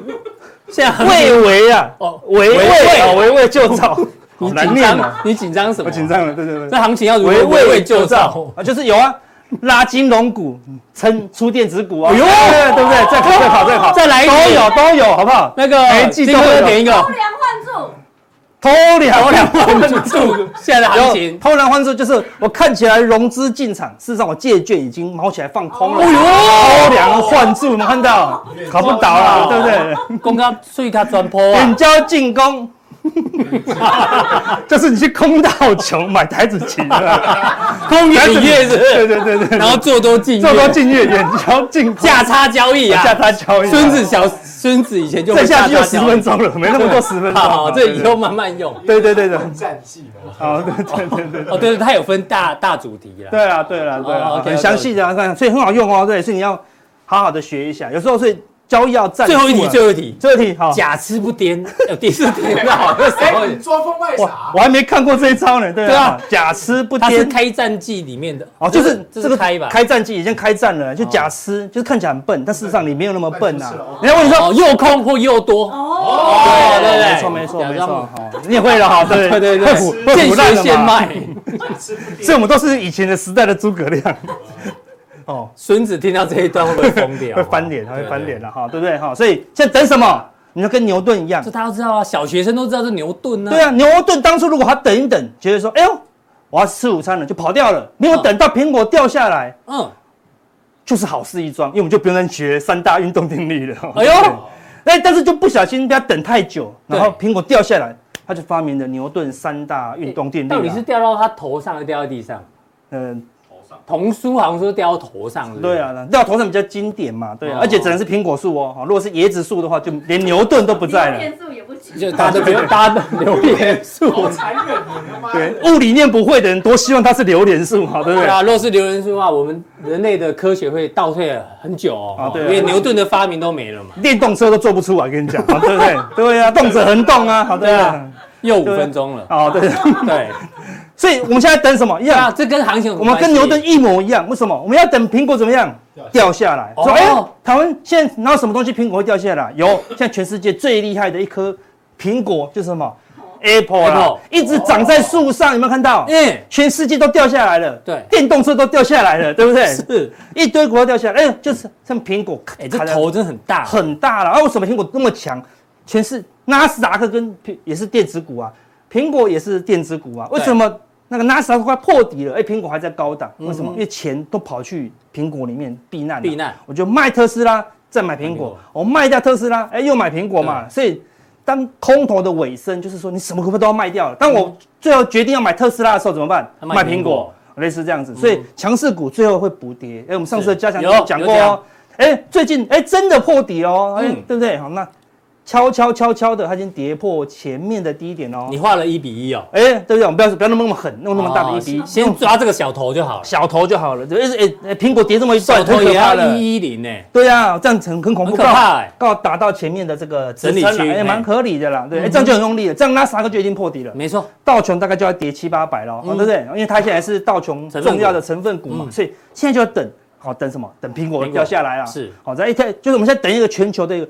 Speaker 2: 现在很
Speaker 1: 畏为啊，
Speaker 2: 哦
Speaker 1: 围
Speaker 2: 围
Speaker 1: 魏
Speaker 2: 魏
Speaker 1: 啊，围魏救赵，
Speaker 2: 你
Speaker 1: 好难
Speaker 2: 紧
Speaker 1: 念哦
Speaker 2: 张，你紧张什么？
Speaker 1: 我紧。张了，对对对。
Speaker 2: 这行情要如何
Speaker 1: 围
Speaker 2: 围
Speaker 1: 魏
Speaker 2: 魏
Speaker 1: 救
Speaker 2: 救
Speaker 1: 赵
Speaker 2: 赵？
Speaker 1: 啊，就是有啊，拉金融股撑出电子股啊，
Speaker 3: 哦
Speaker 2: 哎呦
Speaker 1: 对不对？这个最好最好，
Speaker 2: 再来一
Speaker 1: 都
Speaker 2: 句
Speaker 1: 有都有，好不好？
Speaker 2: 那个
Speaker 1: 每一季
Speaker 2: 金
Speaker 1: 都有
Speaker 2: 哥点一个
Speaker 5: 偷梁换柱，
Speaker 1: 偷
Speaker 2: 头
Speaker 1: 梁
Speaker 2: 两 换住现在的行情。
Speaker 1: 偷梁换柱就是我看起来融资进场，事实上我借券已经毛起来放空了。
Speaker 2: 哦
Speaker 1: 偷梁换柱，有没有看到？搞不倒了，对不对？
Speaker 2: 公告税卡转坡
Speaker 1: 远
Speaker 2: 啊，
Speaker 1: 交近攻，就是你去空到穷买台子棋，
Speaker 2: 空
Speaker 1: 台子
Speaker 2: 远
Speaker 1: 棋
Speaker 2: 月是不
Speaker 1: 对
Speaker 2: 是，
Speaker 1: 对对对，
Speaker 2: 然后做多进，
Speaker 1: 做多，近月，远交近攻
Speaker 2: 价差交易啊，
Speaker 1: 价差交易啊，
Speaker 2: 孙子小孙子以前就
Speaker 1: 再
Speaker 2: 会
Speaker 1: 下去就
Speaker 2: 价差
Speaker 1: 十
Speaker 2: 交易
Speaker 1: 分钟了，没那么多十分钟。
Speaker 2: 好，哦这以
Speaker 1: 对
Speaker 2: 后慢慢用。
Speaker 1: 对对对对，对
Speaker 4: 战绩的嘛，
Speaker 1: 好，对对对对。
Speaker 2: 哦，对对，它有分大大主题啦。
Speaker 1: 对啊，对啦，对
Speaker 2: 哦
Speaker 1: 啦，
Speaker 2: ，OK，OK
Speaker 1: 很详细的啊，看所以很好用哦，对，所以你要好好的学一下。有时候所以交易要战术啊。
Speaker 2: 最后一题，最后一题，
Speaker 1: 最后一题，好，
Speaker 2: 假吃不颠， 有 第四颠到那时
Speaker 4: 哎，你
Speaker 2: 候，
Speaker 4: 装疯卖
Speaker 1: 我
Speaker 4: 傻
Speaker 1: 我，还没看过这一招呢，对
Speaker 2: 对
Speaker 1: 啊
Speaker 2: 啊，
Speaker 1: 假吃不
Speaker 2: 它是
Speaker 1: 颠。
Speaker 2: 开战记里面的
Speaker 1: 哦，就是
Speaker 2: 这是开吧？哦
Speaker 1: 开战绩已经开战了，就假吃，就是看起来很笨，但事实上你没有那么笨呐
Speaker 4: 那就是了哦。
Speaker 1: 人家问你说，
Speaker 2: 哦，又空或又多，
Speaker 5: 哦，
Speaker 2: 对对对，
Speaker 1: 没错没错
Speaker 2: 假
Speaker 1: 没
Speaker 2: 装
Speaker 1: 错，好，你也会了哈，对
Speaker 2: 对对对
Speaker 1: 会腐会
Speaker 2: 见
Speaker 1: 腐烂
Speaker 2: 学
Speaker 1: 的
Speaker 2: 现
Speaker 1: 嘛
Speaker 2: 卖。
Speaker 4: 吃
Speaker 1: 所
Speaker 4: 不
Speaker 1: 以
Speaker 4: 定。
Speaker 1: 我们都是以前的时代的诸葛亮。哦，
Speaker 2: 孙子听到这一段会不会疯掉？啊
Speaker 1: 会翻脸，他啊
Speaker 2: 哦
Speaker 1: 会翻脸了哈，对不对哈？所以现在等什么？你就跟牛顿一样
Speaker 2: 这，大家都知道啊，小学生都知道是牛顿啊。
Speaker 1: 对啊，牛顿当初如果他等一等，觉得说，哎呦，我要吃午餐了，就跑掉了，没有等到苹果掉下来，
Speaker 2: 嗯，
Speaker 1: 就是好事一桩，因为我们就不用再学三大运动定律了。哎
Speaker 2: 哎呦
Speaker 1: 呦，，哎，但是就不小心被他等太久，
Speaker 2: 对
Speaker 1: 然后苹果掉下来，他就发明了牛顿三大运动定律啊。
Speaker 2: 到底是掉到他头上，还是掉到地上？
Speaker 1: 嗯，
Speaker 2: 童书好像说掉到头上是不是
Speaker 1: 对，啊，掉头上比较经典嘛，对啊
Speaker 2: 哦，
Speaker 1: 而且只能是苹果树哦，哦如果是椰子树的话，就连牛顿都不在了。
Speaker 5: 变数也不行。
Speaker 2: 就大家都不用，大家都留言 数。
Speaker 1: 啊
Speaker 4: 好残忍，你他妈
Speaker 1: 对
Speaker 4: 的！，
Speaker 1: 物理念不会的人多希望它是榴莲树哦嘛，对不对？
Speaker 2: 对啊，若是留言数的话，我们人类的科学会倒退了很久哦。
Speaker 1: 啊对啊
Speaker 2: 因为牛顿的发明都没了嘛。
Speaker 1: 电动车都做不出来，跟你讲，好对不 对？对啊，动者恒动啊，好对啊，
Speaker 2: 又五分钟了，
Speaker 1: 哦对，
Speaker 2: 对，
Speaker 1: 所以我们现在等什么？一
Speaker 2: 对啊，
Speaker 1: 样，
Speaker 2: 这跟航行有
Speaker 1: 我们
Speaker 2: 关
Speaker 1: 跟
Speaker 2: 系
Speaker 1: 牛顿一模一样，为什么？我们要等苹果怎么样掉下来？
Speaker 2: 哦
Speaker 1: 说哎呦，台湾现在哪有什么东西苹果会掉下来？有，现在全世界最厉害的一颗苹果就是什么？Apple 啦
Speaker 2: Apple，
Speaker 1: 一直长在树上，有没有看到？
Speaker 2: 嗯，
Speaker 1: 全世界都掉下来了，
Speaker 2: 对
Speaker 1: 电动车都掉下来了，对不对？
Speaker 2: 是，
Speaker 1: 一堆国家掉下来，哎呦，就是像苹果，
Speaker 2: 哎，这头真的很大，
Speaker 1: 很大了。啊，为什么苹果那么强？全是纳斯达克跟苹也是电子股啊，苹果也是电子股啊。为什么那个纳斯达克快破底了？哎，苹果还在高档，
Speaker 2: 嗯
Speaker 1: 为什么？因为钱都跑去苹果里面避难、
Speaker 2: 避难。
Speaker 1: 我就卖特斯拉，再买苹
Speaker 2: 买苹
Speaker 1: 果
Speaker 2: 果，
Speaker 1: 我卖掉特斯拉，哎，又买苹果嘛。所以当空头的尾声，就是说你什么股票都要卖掉了。当我最后决定要买特斯拉的时候，怎么办？
Speaker 2: 嗯卖苹果。嗯
Speaker 1: 类似这样子，所以强势股最后会补跌。哎，我们上次的加强
Speaker 2: 有
Speaker 1: 讲
Speaker 2: 有
Speaker 1: 过
Speaker 2: 这
Speaker 1: 哦
Speaker 2: 样。
Speaker 1: 哎，最近哎真的破底哦，哎
Speaker 2: 嗯，
Speaker 1: 对不对？好，那悄悄悄悄的，它已经跌破前面的低点哦
Speaker 2: 你。画了一比一哦，
Speaker 1: 哎，对不对？我们不要不要那么那么狠，弄那么大的一笔
Speaker 2: 哦，先抓这个小头就好了，
Speaker 1: 小头就好了。对不对，哎哎，苹果跌这么一
Speaker 2: 小
Speaker 1: 段，
Speaker 2: 头
Speaker 1: 太
Speaker 2: 也
Speaker 1: 可怕
Speaker 2: 要
Speaker 1: 了。
Speaker 2: 一一零呢，
Speaker 1: 对啊，这样很很恐怖，
Speaker 2: 很可怕
Speaker 1: 刚
Speaker 2: 哎
Speaker 1: 好刚好打到前面的这个支撑
Speaker 2: 整理区
Speaker 1: 了哎，蛮
Speaker 2: 哎
Speaker 1: 合理的啦。对，哎这样就很用力了，这样拉萨克就已经破底了。
Speaker 2: 没错，
Speaker 1: 道琼大概就要跌七八百了，
Speaker 2: 嗯
Speaker 1: 哦对不对？因为它现在是道琼
Speaker 2: 成分股
Speaker 1: 重要的成分股嘛，
Speaker 2: 嗯
Speaker 1: 所以现在就要等，好等什么？等苹果
Speaker 2: 苹果
Speaker 1: 掉下来啦。
Speaker 2: 是
Speaker 1: 好在一天就是我们现在等一个全球的一个，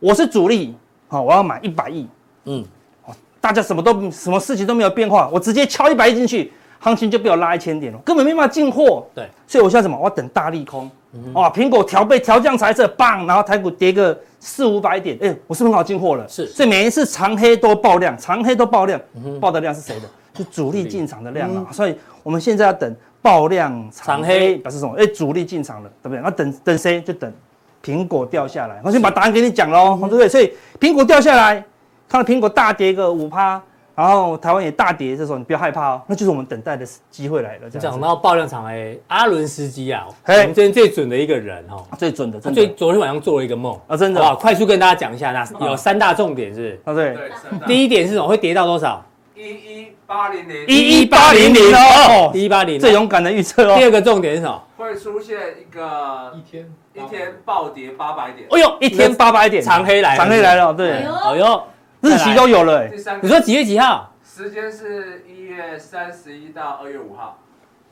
Speaker 1: 我是主力，好，我要买一百亿，
Speaker 2: 嗯，
Speaker 1: 大家什么都什么事情都没有变化，我直接敲一百亿进去，行情就被我拉一千点了，根本没办法进货。
Speaker 2: 对，嗯
Speaker 1: 所以我现在什么？我要等大利空，哇、苹果调被调降才这棒，然后台股跌个四五百点，哎、我是不是很好进货了。
Speaker 2: 是嗯
Speaker 1: 所以每一次长黑都爆量，长黑都爆量，爆的量是谁的？是主力进场的量啊。所以我们现在要等爆量长
Speaker 2: 长
Speaker 1: 黑，
Speaker 2: 黑
Speaker 1: 表示什么？哎、主力进场了，对不对？那等等谁？就等苹果掉下来。我先把答案给你讲
Speaker 2: 嗯
Speaker 1: 喽，对不对？所以苹果掉下来，看到苹果大跌个五趴。然后台湾也大跌，这时候你不要害怕哦，那就是我们等待的机会来了。这样
Speaker 2: 讲
Speaker 1: 子
Speaker 2: 到爆量场哎，阿伦斯基啊，我
Speaker 1: 嘿
Speaker 2: 们这边最准的一个人哦，
Speaker 1: 最准的，
Speaker 2: 他
Speaker 1: 真的
Speaker 2: 最昨天晚上做了一个梦
Speaker 1: 啊真的
Speaker 2: 好不好快速跟大家讲一下，那有三大重点是
Speaker 1: 啊，对，
Speaker 6: 对，
Speaker 2: 不是，第一点是什么？会跌到多少？
Speaker 6: 一一八零零
Speaker 1: 11800哦
Speaker 2: 一八零。
Speaker 1: 最勇敢的预测
Speaker 2: 第
Speaker 1: 哦，
Speaker 2: 二个重点是什么？
Speaker 6: 会出现一个
Speaker 4: 一天
Speaker 6: 一天暴跌八百点，
Speaker 2: 哎呦，
Speaker 1: 一天八百点，
Speaker 2: 长黑来了，
Speaker 1: 长黑来了，对，
Speaker 2: 哎
Speaker 5: 哎呦，
Speaker 2: 呦，
Speaker 1: 日期都有了，哎
Speaker 6: 第三个
Speaker 2: 你说几月几号？
Speaker 6: 时间是一月三十一到二月五号，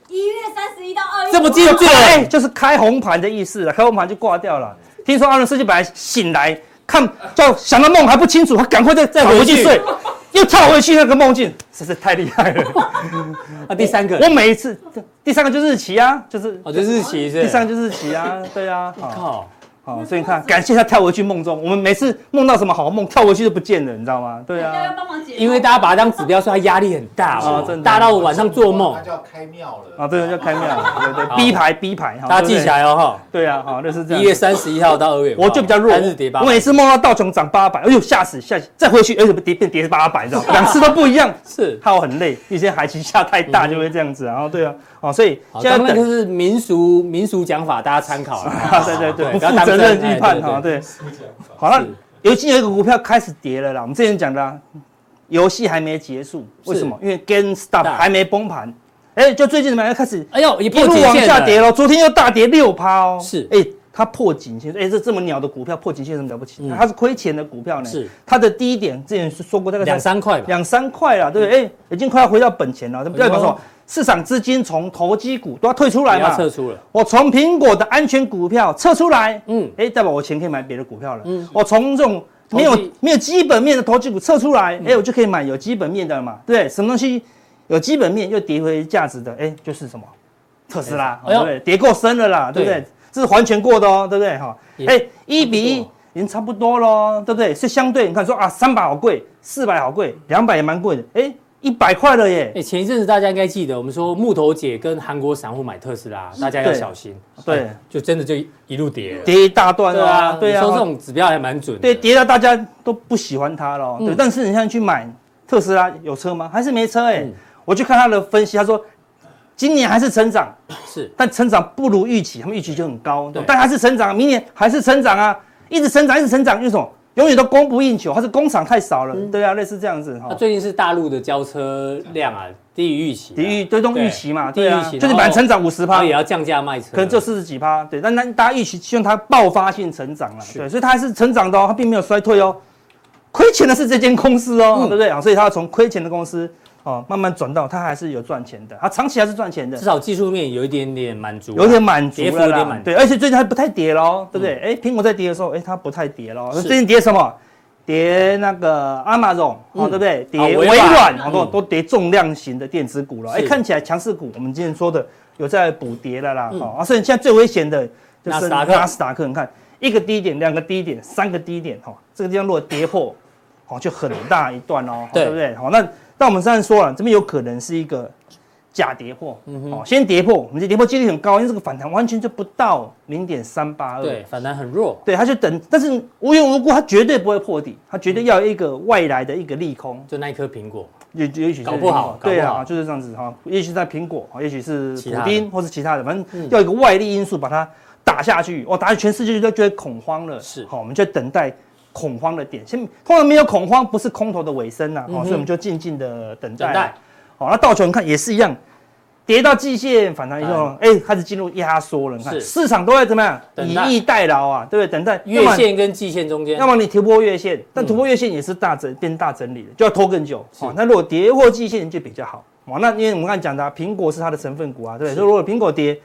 Speaker 5: 一月三十一到二月，
Speaker 2: 这么记得住
Speaker 1: 哎，就是开红盘的意思了，开红盘就挂掉了。
Speaker 2: 嗯
Speaker 1: 听说阿伦斯基本来醒来看，就想到梦还不清楚，他赶快再再
Speaker 2: 回
Speaker 1: 回去
Speaker 2: 去
Speaker 1: 睡，又跳回去那个梦境，实在太厉害了。
Speaker 2: 啊，第三个，
Speaker 1: 我每一次，第三个就日期啊，就是
Speaker 2: 哦，就日期是
Speaker 1: 第
Speaker 2: 不是。 哦
Speaker 1: 三个就日期啊，对啊，好
Speaker 2: 靠，
Speaker 1: 好，所以你看，感谢他跳回去梦中。我们每次梦到什么好梦，跳回去就不见了，你知道吗？对
Speaker 5: 大家
Speaker 1: 啊
Speaker 5: 要，帮忙解，
Speaker 2: 因为大家把它当指标，说他压力很大
Speaker 1: 啊
Speaker 2: 哦，
Speaker 1: 真的
Speaker 2: 大到晚上做梦
Speaker 4: 他，就要开庙了
Speaker 1: 啊，对，叫开 庙，对对
Speaker 2: 好
Speaker 1: ，B 牌 B 牌，好
Speaker 2: 大家记起。
Speaker 1: 对不对
Speaker 2: 来哦
Speaker 1: 对啊，好，就是这
Speaker 2: 哈。
Speaker 1: 样。
Speaker 2: 一月三十一号到二月5号，
Speaker 1: 我就比较弱，
Speaker 2: 单日跌八
Speaker 1: 我，每次梦到道琼涨八百，哎呦吓死吓死，再回去哎怎么跌变跌八百，知道 吗？两次都不一样，
Speaker 2: 是。
Speaker 1: 害我很累。一些海情下太大就会这样子啊，然后对啊，哦，所以
Speaker 2: 嗯好，
Speaker 1: 现在
Speaker 2: 当然就
Speaker 1: 等，
Speaker 2: 是民俗民俗讲法，大家参考啦。
Speaker 1: 啊 对对对，
Speaker 2: 不
Speaker 1: 不
Speaker 2: 要
Speaker 1: 负
Speaker 2: 当
Speaker 1: 责
Speaker 2: 真
Speaker 1: 任
Speaker 2: 哎
Speaker 1: 预判
Speaker 2: 对
Speaker 1: 哈，
Speaker 2: 对
Speaker 1: 对。好了
Speaker 2: 是，
Speaker 1: 尤其有一个股票开始跌了啦，我们之前讲的啊，游戏还没结束，为什么？因为 GameStop
Speaker 2: 大
Speaker 1: 还没崩盘，哎，就最近怎么样开始
Speaker 2: 哎呦，也
Speaker 1: 一
Speaker 2: 破
Speaker 1: 路
Speaker 2: 颈
Speaker 1: 往
Speaker 2: 线
Speaker 1: 下
Speaker 2: 了
Speaker 1: 跌喽，昨天又大跌六趴哦。
Speaker 2: 是
Speaker 1: 哎、它破颈线，哎、这这么鸟的股票破颈线有什么了不起？
Speaker 2: 嗯
Speaker 1: 它是亏钱的股票呢。
Speaker 2: 是
Speaker 1: 它的低点之前是说过大概
Speaker 2: 两三嗯块吧。
Speaker 1: 两三块了，对不对？哎、已经快要回到本钱了，这不代表什
Speaker 2: 哎呦
Speaker 1: 么？市场资金从投机股都要退出来
Speaker 2: 不要
Speaker 1: 嘛。
Speaker 2: 撤出了，
Speaker 1: 我从苹果的安全股票撤出来，
Speaker 2: 嗯
Speaker 1: 嗯，哎、代表我钱可以买别的股票了。
Speaker 2: 嗯
Speaker 1: 嗯，我从这种没有
Speaker 2: 投机嗯
Speaker 1: 没有基本面的投机股撤出来，哎、我就可以买有基本面的了嘛，对不对，什么东西有基本面又跌回价值的，哎、就是什么特斯拉，
Speaker 2: 哎
Speaker 1: 对
Speaker 2: 呦
Speaker 1: 不对？跌够深了啦，对不对？
Speaker 2: 对
Speaker 1: 这是还钱过的哦，对不对？哈，
Speaker 2: 也
Speaker 1: 哎、一比一
Speaker 2: 差不多
Speaker 1: 已经差不多喽，对不对？是相对，你看说啊，三百好贵，四百好贵，两百也蛮贵的，哎、一百块了耶，
Speaker 2: 哎、前一阵子大家应该记得，我们说木头姐跟韩国散户买特斯拉，大家要
Speaker 1: 对
Speaker 2: 小心。
Speaker 1: 对
Speaker 2: 哎就真的就一路跌了。
Speaker 1: 跌一大段
Speaker 2: 对
Speaker 1: 了
Speaker 2: 啊，
Speaker 1: 啊，对
Speaker 2: 对
Speaker 1: 啊，
Speaker 2: 啊，说这种指标还蛮准的。
Speaker 1: 对，跌到大家都不喜欢它了哦。
Speaker 2: 嗯
Speaker 1: 对，但是你现在去买特斯拉有车吗？还是没车哎、
Speaker 2: 嗯
Speaker 1: 我去看他的分析，他说今年还是成长，
Speaker 2: 是
Speaker 1: 但成长不如预期，他们预期就很高，
Speaker 2: 对
Speaker 1: 但还是成长，明年还是成长啊，一直成长，一直成长，因为什么？永远都供不应求，它是工厂太少了，对啊，类似这样子哈
Speaker 2: 嗯那、。最近是大陆的交车量啊低于预期啊，
Speaker 1: 低于推动预期嘛，
Speaker 2: 对
Speaker 1: 对啊
Speaker 2: 低于预，期
Speaker 1: 就是
Speaker 2: 然
Speaker 1: 满
Speaker 2: 后
Speaker 1: 成长五十
Speaker 2: 然
Speaker 1: 趴
Speaker 2: 后也，要降价卖车，啊
Speaker 1: 可能就四十几趴，对，但但大家预期希望它爆发性成长了，
Speaker 2: 是
Speaker 1: 对，所以它还是成长的哦，它并没有衰退哦。亏钱的是这间公司哦，
Speaker 2: 嗯
Speaker 1: 对不对啊？所以它要从亏钱的公司哦，慢慢转到它还是有赚钱的，它长期还是赚钱的
Speaker 2: 至，少技术面有一点点满足啊，
Speaker 1: 有点满足
Speaker 2: 跌幅
Speaker 1: 了
Speaker 2: 有点
Speaker 1: 啦
Speaker 2: 满。足嗯
Speaker 1: 对，而且最近还不太跌喽，对不对？哎，苹果在跌的时候，哎，它不太跌喽。
Speaker 2: 是
Speaker 1: 最近跌什么？跌那个 Amazon
Speaker 2: 嗯
Speaker 1: 哦，对不对？
Speaker 2: 啊
Speaker 1: 跌
Speaker 2: 微
Speaker 1: 微
Speaker 2: 软
Speaker 1: 软，
Speaker 2: 嗯
Speaker 1: 好多都跌重量型的电子股了。哎，
Speaker 2: 是
Speaker 1: 看起来强势股，我们之前说的有在补跌了啦。
Speaker 2: 嗯
Speaker 1: 哦，啊所以现在最危险的就
Speaker 2: 纳斯
Speaker 1: 是
Speaker 2: 达克
Speaker 1: 纳斯达克，你看一个低点，两个低点，三个低点，哈，这个地方如果跌破，哦，就很大一段哦，
Speaker 2: 对
Speaker 1: 对不对？好，那那我们上次说了，这边有可能是一个假跌破，哦，先跌破，我们这跌破几率很高，因为这个反弹完全就不到零点三八二，
Speaker 2: 对，反弹很弱，
Speaker 1: 对，它就等，但是无缘无故它绝对不会破底，它绝对要有一个外来的一个利空，
Speaker 2: 就那一颗苹果，
Speaker 1: 也也许是
Speaker 2: 搞不好
Speaker 1: 对
Speaker 2: 搞不好
Speaker 1: 啊，就是这样子哈，也许是在苹果，哦也许是
Speaker 2: 其
Speaker 1: 普
Speaker 2: 他的
Speaker 1: 丁或是其他的，反
Speaker 2: 嗯
Speaker 1: 正要有一个外力因素把它打下去，哦，打下去全世界就就会恐慌了，
Speaker 2: 是
Speaker 1: 好，我们就等待。恐慌的点，先通常没有恐慌，不是空头的尾声呐、啊，
Speaker 2: 嗯
Speaker 1: 好、
Speaker 2: 哼
Speaker 1: 所以我们就静静的等待
Speaker 2: 等
Speaker 1: 啊。
Speaker 2: 待
Speaker 1: 好、那道琼你看也是一样，跌到季线反弹以后，哎、开始进入压缩了。你看
Speaker 2: 是
Speaker 1: 市场都在怎么样
Speaker 2: 等
Speaker 1: 以
Speaker 2: 待
Speaker 1: 逸待劳啊，对不对？等待
Speaker 2: 月线跟季线中间嗯
Speaker 1: 要么你突破月线，但突破月线也是大整、变大整理了，就要拖更久。
Speaker 2: 是
Speaker 1: 哦，那如果跌破季线就比较好。哦，那因为我们刚才讲的、啊，苹果是它的成分股啊，对不对？
Speaker 2: 是
Speaker 1: 所以如果苹果跌，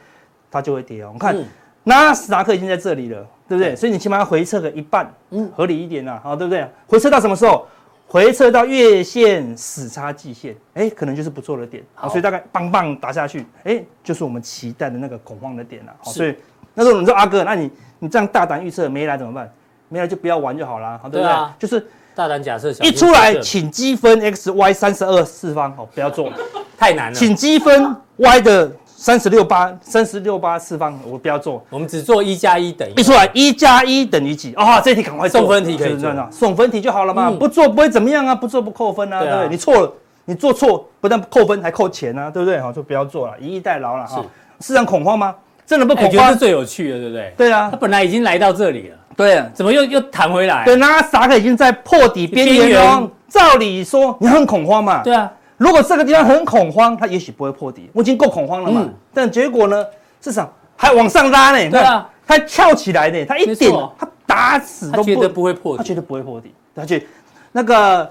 Speaker 1: 它就会跌哦。我们看
Speaker 2: 嗯
Speaker 1: 纳斯达克已经在这里了，对不对？
Speaker 2: 对
Speaker 1: 所以你起码要回撤个一半，
Speaker 2: 嗯
Speaker 1: 嗯，合理一点啦、好、对不对？回撤到什么时候？回撤到月线死叉季线，哎，可能就是不错的点。好，
Speaker 2: 好
Speaker 1: 所以大概棒棒打下去，哎，就是我们期待的那个恐慌的点了、啊好，
Speaker 2: 是
Speaker 1: 所以那时候你说阿哥，那你你这样大胆预测没来怎么办？没来就不要玩就好啦，好对不对
Speaker 2: 对啊？
Speaker 1: 就是
Speaker 2: 大胆假设小
Speaker 1: 一
Speaker 2: 心
Speaker 1: 出来
Speaker 2: 修正
Speaker 1: 请积分 x y 三十二次方，哦，不要做，
Speaker 2: 太难了，
Speaker 1: 请积分 y 的三十六八三十六八次方，我不要做。
Speaker 2: 我们只做一加一等于
Speaker 1: 一出来一加一等于几？啊、这题赶快做
Speaker 2: 送分题可以做
Speaker 1: 就是这样啊送分题就好了嘛，
Speaker 2: 嗯
Speaker 1: 不做不会怎么样啊，不做不扣分啊，
Speaker 2: 对
Speaker 1: 对
Speaker 2: 啊
Speaker 1: 不对？你错了，你做错不但扣分还扣钱啊，对不对？好，就不要做了，以逸待劳了哈。市场恐慌吗？真的不
Speaker 2: 哎我
Speaker 1: 恐
Speaker 2: 觉得
Speaker 1: 慌？
Speaker 2: 这最有趣了，对不对？
Speaker 1: 对
Speaker 2: 它
Speaker 1: 啊，
Speaker 2: 本来已经来到这里了，
Speaker 1: 对啊。
Speaker 2: 怎么又又弹回来？
Speaker 1: 对，那萨克已经在破底边
Speaker 2: 边
Speaker 1: 缘
Speaker 2: 缘
Speaker 1: 了。照理说，你很恐慌嘛？
Speaker 2: 对啊，
Speaker 1: 如果这个地方很恐慌，它也许不会破底，我已经够恐慌了嘛。
Speaker 2: 嗯
Speaker 1: 但结果呢，市场还往上拉呢，你
Speaker 2: 对
Speaker 1: 看
Speaker 2: 啊，
Speaker 1: 它跳起来呢，它
Speaker 2: 没
Speaker 1: 一
Speaker 2: 错
Speaker 1: 点它打死
Speaker 2: 他
Speaker 1: 都
Speaker 2: 觉
Speaker 1: 不
Speaker 2: 得不会破
Speaker 1: 他
Speaker 2: 底
Speaker 1: 绝，对不会破底，他觉得那个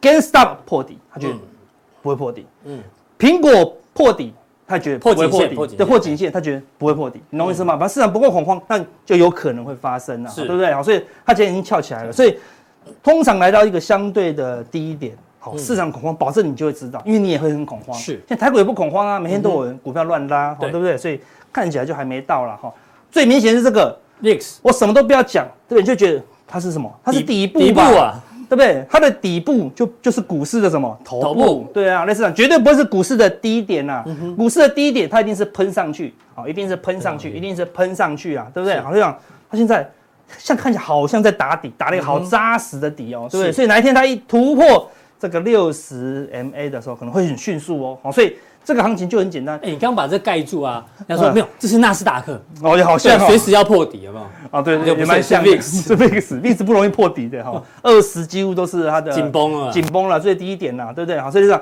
Speaker 1: GameStop 破底，他觉得
Speaker 2: 嗯
Speaker 1: 不会破底。
Speaker 2: 嗯
Speaker 1: 嗯，苹果破底，他觉得不会
Speaker 2: 破
Speaker 1: 破
Speaker 2: 颈线破
Speaker 1: 底
Speaker 2: 颈，
Speaker 1: 对，
Speaker 2: 线
Speaker 1: 破颈线，他觉得不会破底，你懂我意思吗？反正市场不够恐慌，那就有可能会发生啊，
Speaker 2: 是
Speaker 1: 对不对？好，所以它今天已经翘起来了，所以通常来到一个相对的低点。好，市场恐慌，保证你就会知道，因为你也会很恐慌。
Speaker 2: 嗯是嗯
Speaker 1: 现在台股也不恐慌啊，每天都有人股票乱拉，好
Speaker 2: 对
Speaker 1: 对不对？所以看起来就还没到了哈。最明显是这个，
Speaker 2: VIX
Speaker 1: 我什么都不要讲，对不对？你就觉得它是什么？它是底部吧，
Speaker 2: 底部啊，
Speaker 1: 对不对？它的底部就就是股市的什么头部
Speaker 2: 头部嗯
Speaker 1: 对啊，类似这样，绝对不会是股市的低点呐、股市的低点它一定是喷上去，好、一定是喷上
Speaker 2: 嗯
Speaker 1: 去，一定是喷上去啊，对不对？好像它现在像看起来好像在打底，打了一个好扎实的底哦，对不对？
Speaker 2: 嗯是
Speaker 1: 所以哪一天它一突破这个六十 MA 的时候，可能会很迅速哦，好、所以这个行情就很简单
Speaker 2: 哎、你刚把这盖住啊？人家说
Speaker 1: 嗯
Speaker 2: 没有，这是纳斯达克，
Speaker 1: 哦，也好像
Speaker 2: 对，
Speaker 1: 哦
Speaker 2: 随时要破底，有没有？
Speaker 1: 啊，对，对，
Speaker 2: 就不
Speaker 1: 也
Speaker 2: 是
Speaker 1: 蛮
Speaker 2: 是
Speaker 1: 像的
Speaker 2: VIX
Speaker 1: 是 VIX VIX 不容易破底的 哈，二十几乎都是它的
Speaker 2: 紧绷啊了，
Speaker 1: 紧绷了，最低一点啦，对不对？好，所以就这样，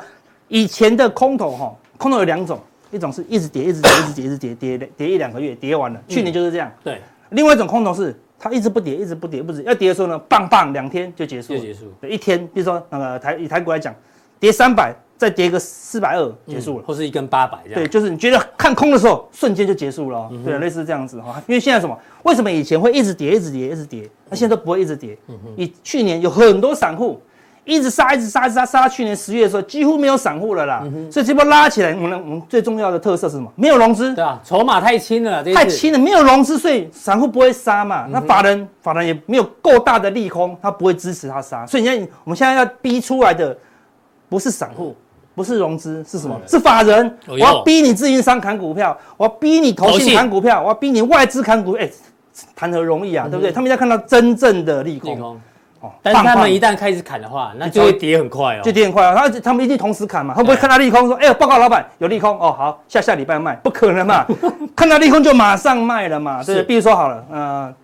Speaker 1: 以前的空头哈，空头有两种，一种是一直跌，一直跌，一直跌，一直跌，跌跌跌一两个月，跌完了，
Speaker 2: 嗯
Speaker 1: 去年就是这样。
Speaker 2: 对，
Speaker 1: 另外一种空头是它一直不跌，一直不跌，不止要跌的时候呢，棒棒两天就结束
Speaker 2: 就
Speaker 1: 了，
Speaker 2: 结束，
Speaker 1: 对，一天，比如说那个台以台股来讲，跌三百，再跌个四百二，
Speaker 2: 嗯
Speaker 1: 结束了。
Speaker 2: 或是一根八百这样。嗯
Speaker 1: 对，就是你觉得看空的时候，瞬间就结束了、哦，对，类似这样子哈、因为现在什么？为什么以前会一直跌、一直跌、一直
Speaker 2: 嗯
Speaker 1: 跌？那现在都不会一直跌。以去年有很多散户一直杀、一直杀、一直杀，杀到去年十月的时候，几乎没有散户了啦。
Speaker 2: 嗯
Speaker 1: 所以这波拉起来，我们我们最重要的特色是什么？没有融资
Speaker 2: 对，啊，筹码太轻了，这一次
Speaker 1: 太轻了，没有融资，所以散户不会杀
Speaker 2: 嗯
Speaker 1: 嘛。那法人法人也没有够大的利空，他不会支持他杀。所以你看，我们现在要逼出来的不是散户。不是融资是什么？是法人。
Speaker 2: 哦
Speaker 1: 我要
Speaker 2: 哟
Speaker 1: 逼你自营商砍股票，我要逼你投
Speaker 2: 投
Speaker 1: 信
Speaker 2: 信
Speaker 1: 砍股票，我要逼你外资砍股，哎，谈何容易啊，对不对？他们要看到真正的利
Speaker 2: 嗯利
Speaker 1: 空
Speaker 2: 空，
Speaker 1: 哦，
Speaker 2: 但是
Speaker 1: 棒
Speaker 2: 他
Speaker 1: 棒
Speaker 2: 们一旦开始砍的话，那就会跌很快哦。
Speaker 1: 就跌很快啊，他他们一定同时砍嘛，他不会
Speaker 2: 对
Speaker 1: 看到利空说，哎呦，报告老板有利空哦，好，下下礼拜卖， 不可能嘛， 看到利空就马上卖了嘛，对不
Speaker 2: 是
Speaker 1: 对，比如说好了，呃，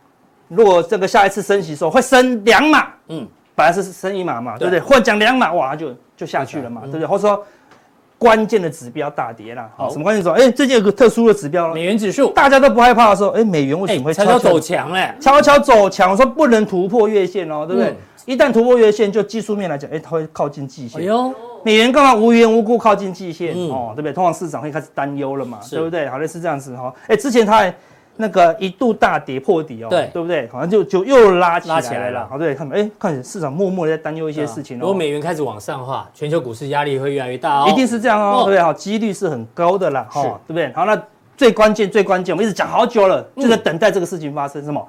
Speaker 1: 如果这个下一次升息的时候会升两码，
Speaker 2: 嗯
Speaker 1: 嗯，本来是升一码嘛，对不对？
Speaker 2: 对嗯
Speaker 1: 或者讲两码，哇，就就下去了嘛，对不对？或者说关键的指标大跌啦，
Speaker 2: 好
Speaker 1: 好，什么关键指标？哎，最近有个特殊的指标
Speaker 2: 美
Speaker 1: 了，
Speaker 2: 元指数，
Speaker 1: 大家都不害怕的时候，哎，美元为
Speaker 2: 哎
Speaker 1: 什么，会
Speaker 2: 才
Speaker 1: 悄
Speaker 2: 叫
Speaker 1: 悄
Speaker 2: 走强嘞，
Speaker 1: 悄悄走强，我说不能突破月线哦，对不对？
Speaker 2: 嗯
Speaker 1: 一旦突破月线，就技术面来讲，哎，它会靠近季线。
Speaker 2: 哎呦，
Speaker 1: 美元干嘛无缘无故靠近季线、
Speaker 2: 嗯
Speaker 1: 哦，对不对？通常市场会开始担忧了嘛，
Speaker 2: 是
Speaker 1: 对不对？好类似这样子哈、哦。哎，之前它还那个一度大跌破底哦，
Speaker 2: 对
Speaker 1: 对不对？好像就就又拉起来
Speaker 2: 拉
Speaker 1: 了
Speaker 2: 起来了啊
Speaker 1: 好对，看哎，看起来市场默默的在担忧一
Speaker 2: 一
Speaker 1: 些事情
Speaker 2: 如果
Speaker 1: 哦。
Speaker 2: 美元开始往上的话，全球股市压力会越来越大哦。
Speaker 1: 一定是这样
Speaker 2: 哦
Speaker 1: 哦，对不对？好，几率是很高的啦，哈、哦
Speaker 2: 是
Speaker 1: 对不对？好，那最关键最关键，我们一直讲好久了，
Speaker 2: 嗯
Speaker 1: 就在等待这个事情发生，什么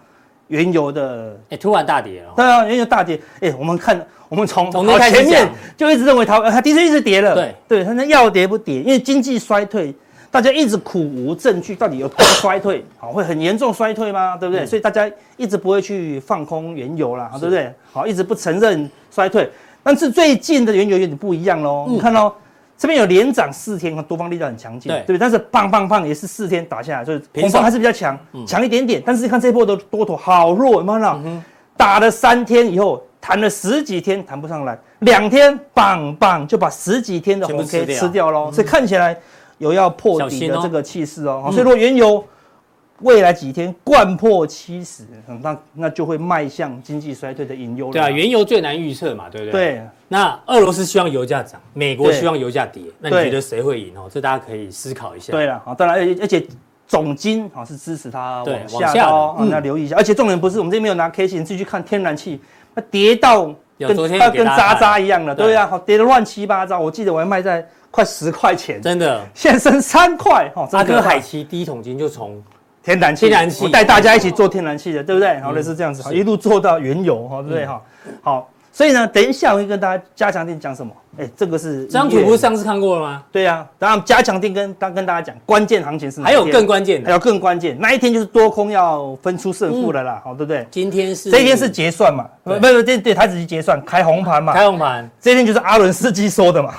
Speaker 1: 原油的
Speaker 2: 哎，突然大跌了哦。
Speaker 1: 对啊，原油大跌，哎、我们看，我们从
Speaker 2: 从那开始
Speaker 1: 前面
Speaker 2: 讲
Speaker 1: 就一直认为它，呃它的确一直跌了，
Speaker 2: 对
Speaker 1: 对，它那要跌不跌，因为经济衰退，大家一直苦无证据，到底有多衰退，好，会很严重衰退吗？对不
Speaker 2: 嗯
Speaker 1: 对？所以大家一直不会去放空原油啦，好对不对？好，一直不承认衰退，但是最近的原油有点不一样喽，
Speaker 2: 嗯
Speaker 1: 你看哦。这边有连涨四天，多方力量很强劲，
Speaker 2: 对
Speaker 1: 对不对？但是棒棒棒也是四天打下来，就是
Speaker 2: 平
Speaker 1: 红
Speaker 2: 手嗯
Speaker 1: 方还是比较强，强、一点点。但是看这波的多头好弱，有没有看到？打了三天以后，弹了十几天弹不上来，两天棒棒就把十几天的红
Speaker 2: 全
Speaker 1: K
Speaker 2: 部吃掉嗯
Speaker 1: 吃掉喽，所以看起来有要破底
Speaker 2: 小心
Speaker 1: 的
Speaker 2: 哦
Speaker 1: 这个气势哦。好所以如果原油未来几天灌破七十，嗯那那就会迈向经济衰退的隐忧了。
Speaker 2: 对啊，原油最难预测嘛，对不对？。
Speaker 1: 对
Speaker 2: 那俄罗斯希望油价涨，美国希望油价跌，那你
Speaker 1: 对
Speaker 2: 觉得谁会赢哦？这大家可以思考一下。
Speaker 1: 对了，好，当然，而且而且总金好是支持它
Speaker 2: 对
Speaker 1: 往
Speaker 2: 往
Speaker 1: 下
Speaker 2: 下
Speaker 1: 的哦，
Speaker 2: 的
Speaker 1: 啊
Speaker 2: 嗯
Speaker 1: 那留意一下。而且重点不是我们这边没有拿 K 线，你自己去看天然气，那跌到
Speaker 2: 有
Speaker 1: 跟
Speaker 2: 昨天
Speaker 1: 它
Speaker 2: 有给
Speaker 1: 跟
Speaker 2: 大家
Speaker 1: 渣
Speaker 2: 看
Speaker 1: 渣一样的，
Speaker 2: 对
Speaker 1: 对啊，好跌得乱七八糟。我记得我还卖在快十块钱，
Speaker 2: 真的，
Speaker 1: 现在剩三块哦。
Speaker 2: 阿哥海
Speaker 1: 海
Speaker 2: 奇第一桶金就从
Speaker 1: 天然气，
Speaker 2: 天然气嗯
Speaker 1: 我带大家一起做天然气的，对不对？好，类似这样子，好一路做到原油，哈，对
Speaker 2: 嗯
Speaker 1: 不对？哈，好，所以呢，等一下我会跟大家加强定讲什么？哎，这个是
Speaker 2: 这张
Speaker 1: 一
Speaker 2: 图
Speaker 1: 月
Speaker 2: 不是啊上次看过了吗？
Speaker 1: 对啊，当然加强定跟刚跟大家讲关键行情是哪
Speaker 2: 还有
Speaker 1: 一天
Speaker 2: 更关键
Speaker 1: 还
Speaker 2: 的，
Speaker 1: 有更关键，那一天就是多空要分出胜负的啦，好、对不对？
Speaker 2: 今天嗯是
Speaker 1: 这一天是结算嘛，不
Speaker 2: 对
Speaker 1: 不不，这对台子期结算开红盘嘛，
Speaker 2: 开红盘
Speaker 1: 这一天就是阿伦斯基说的嘛，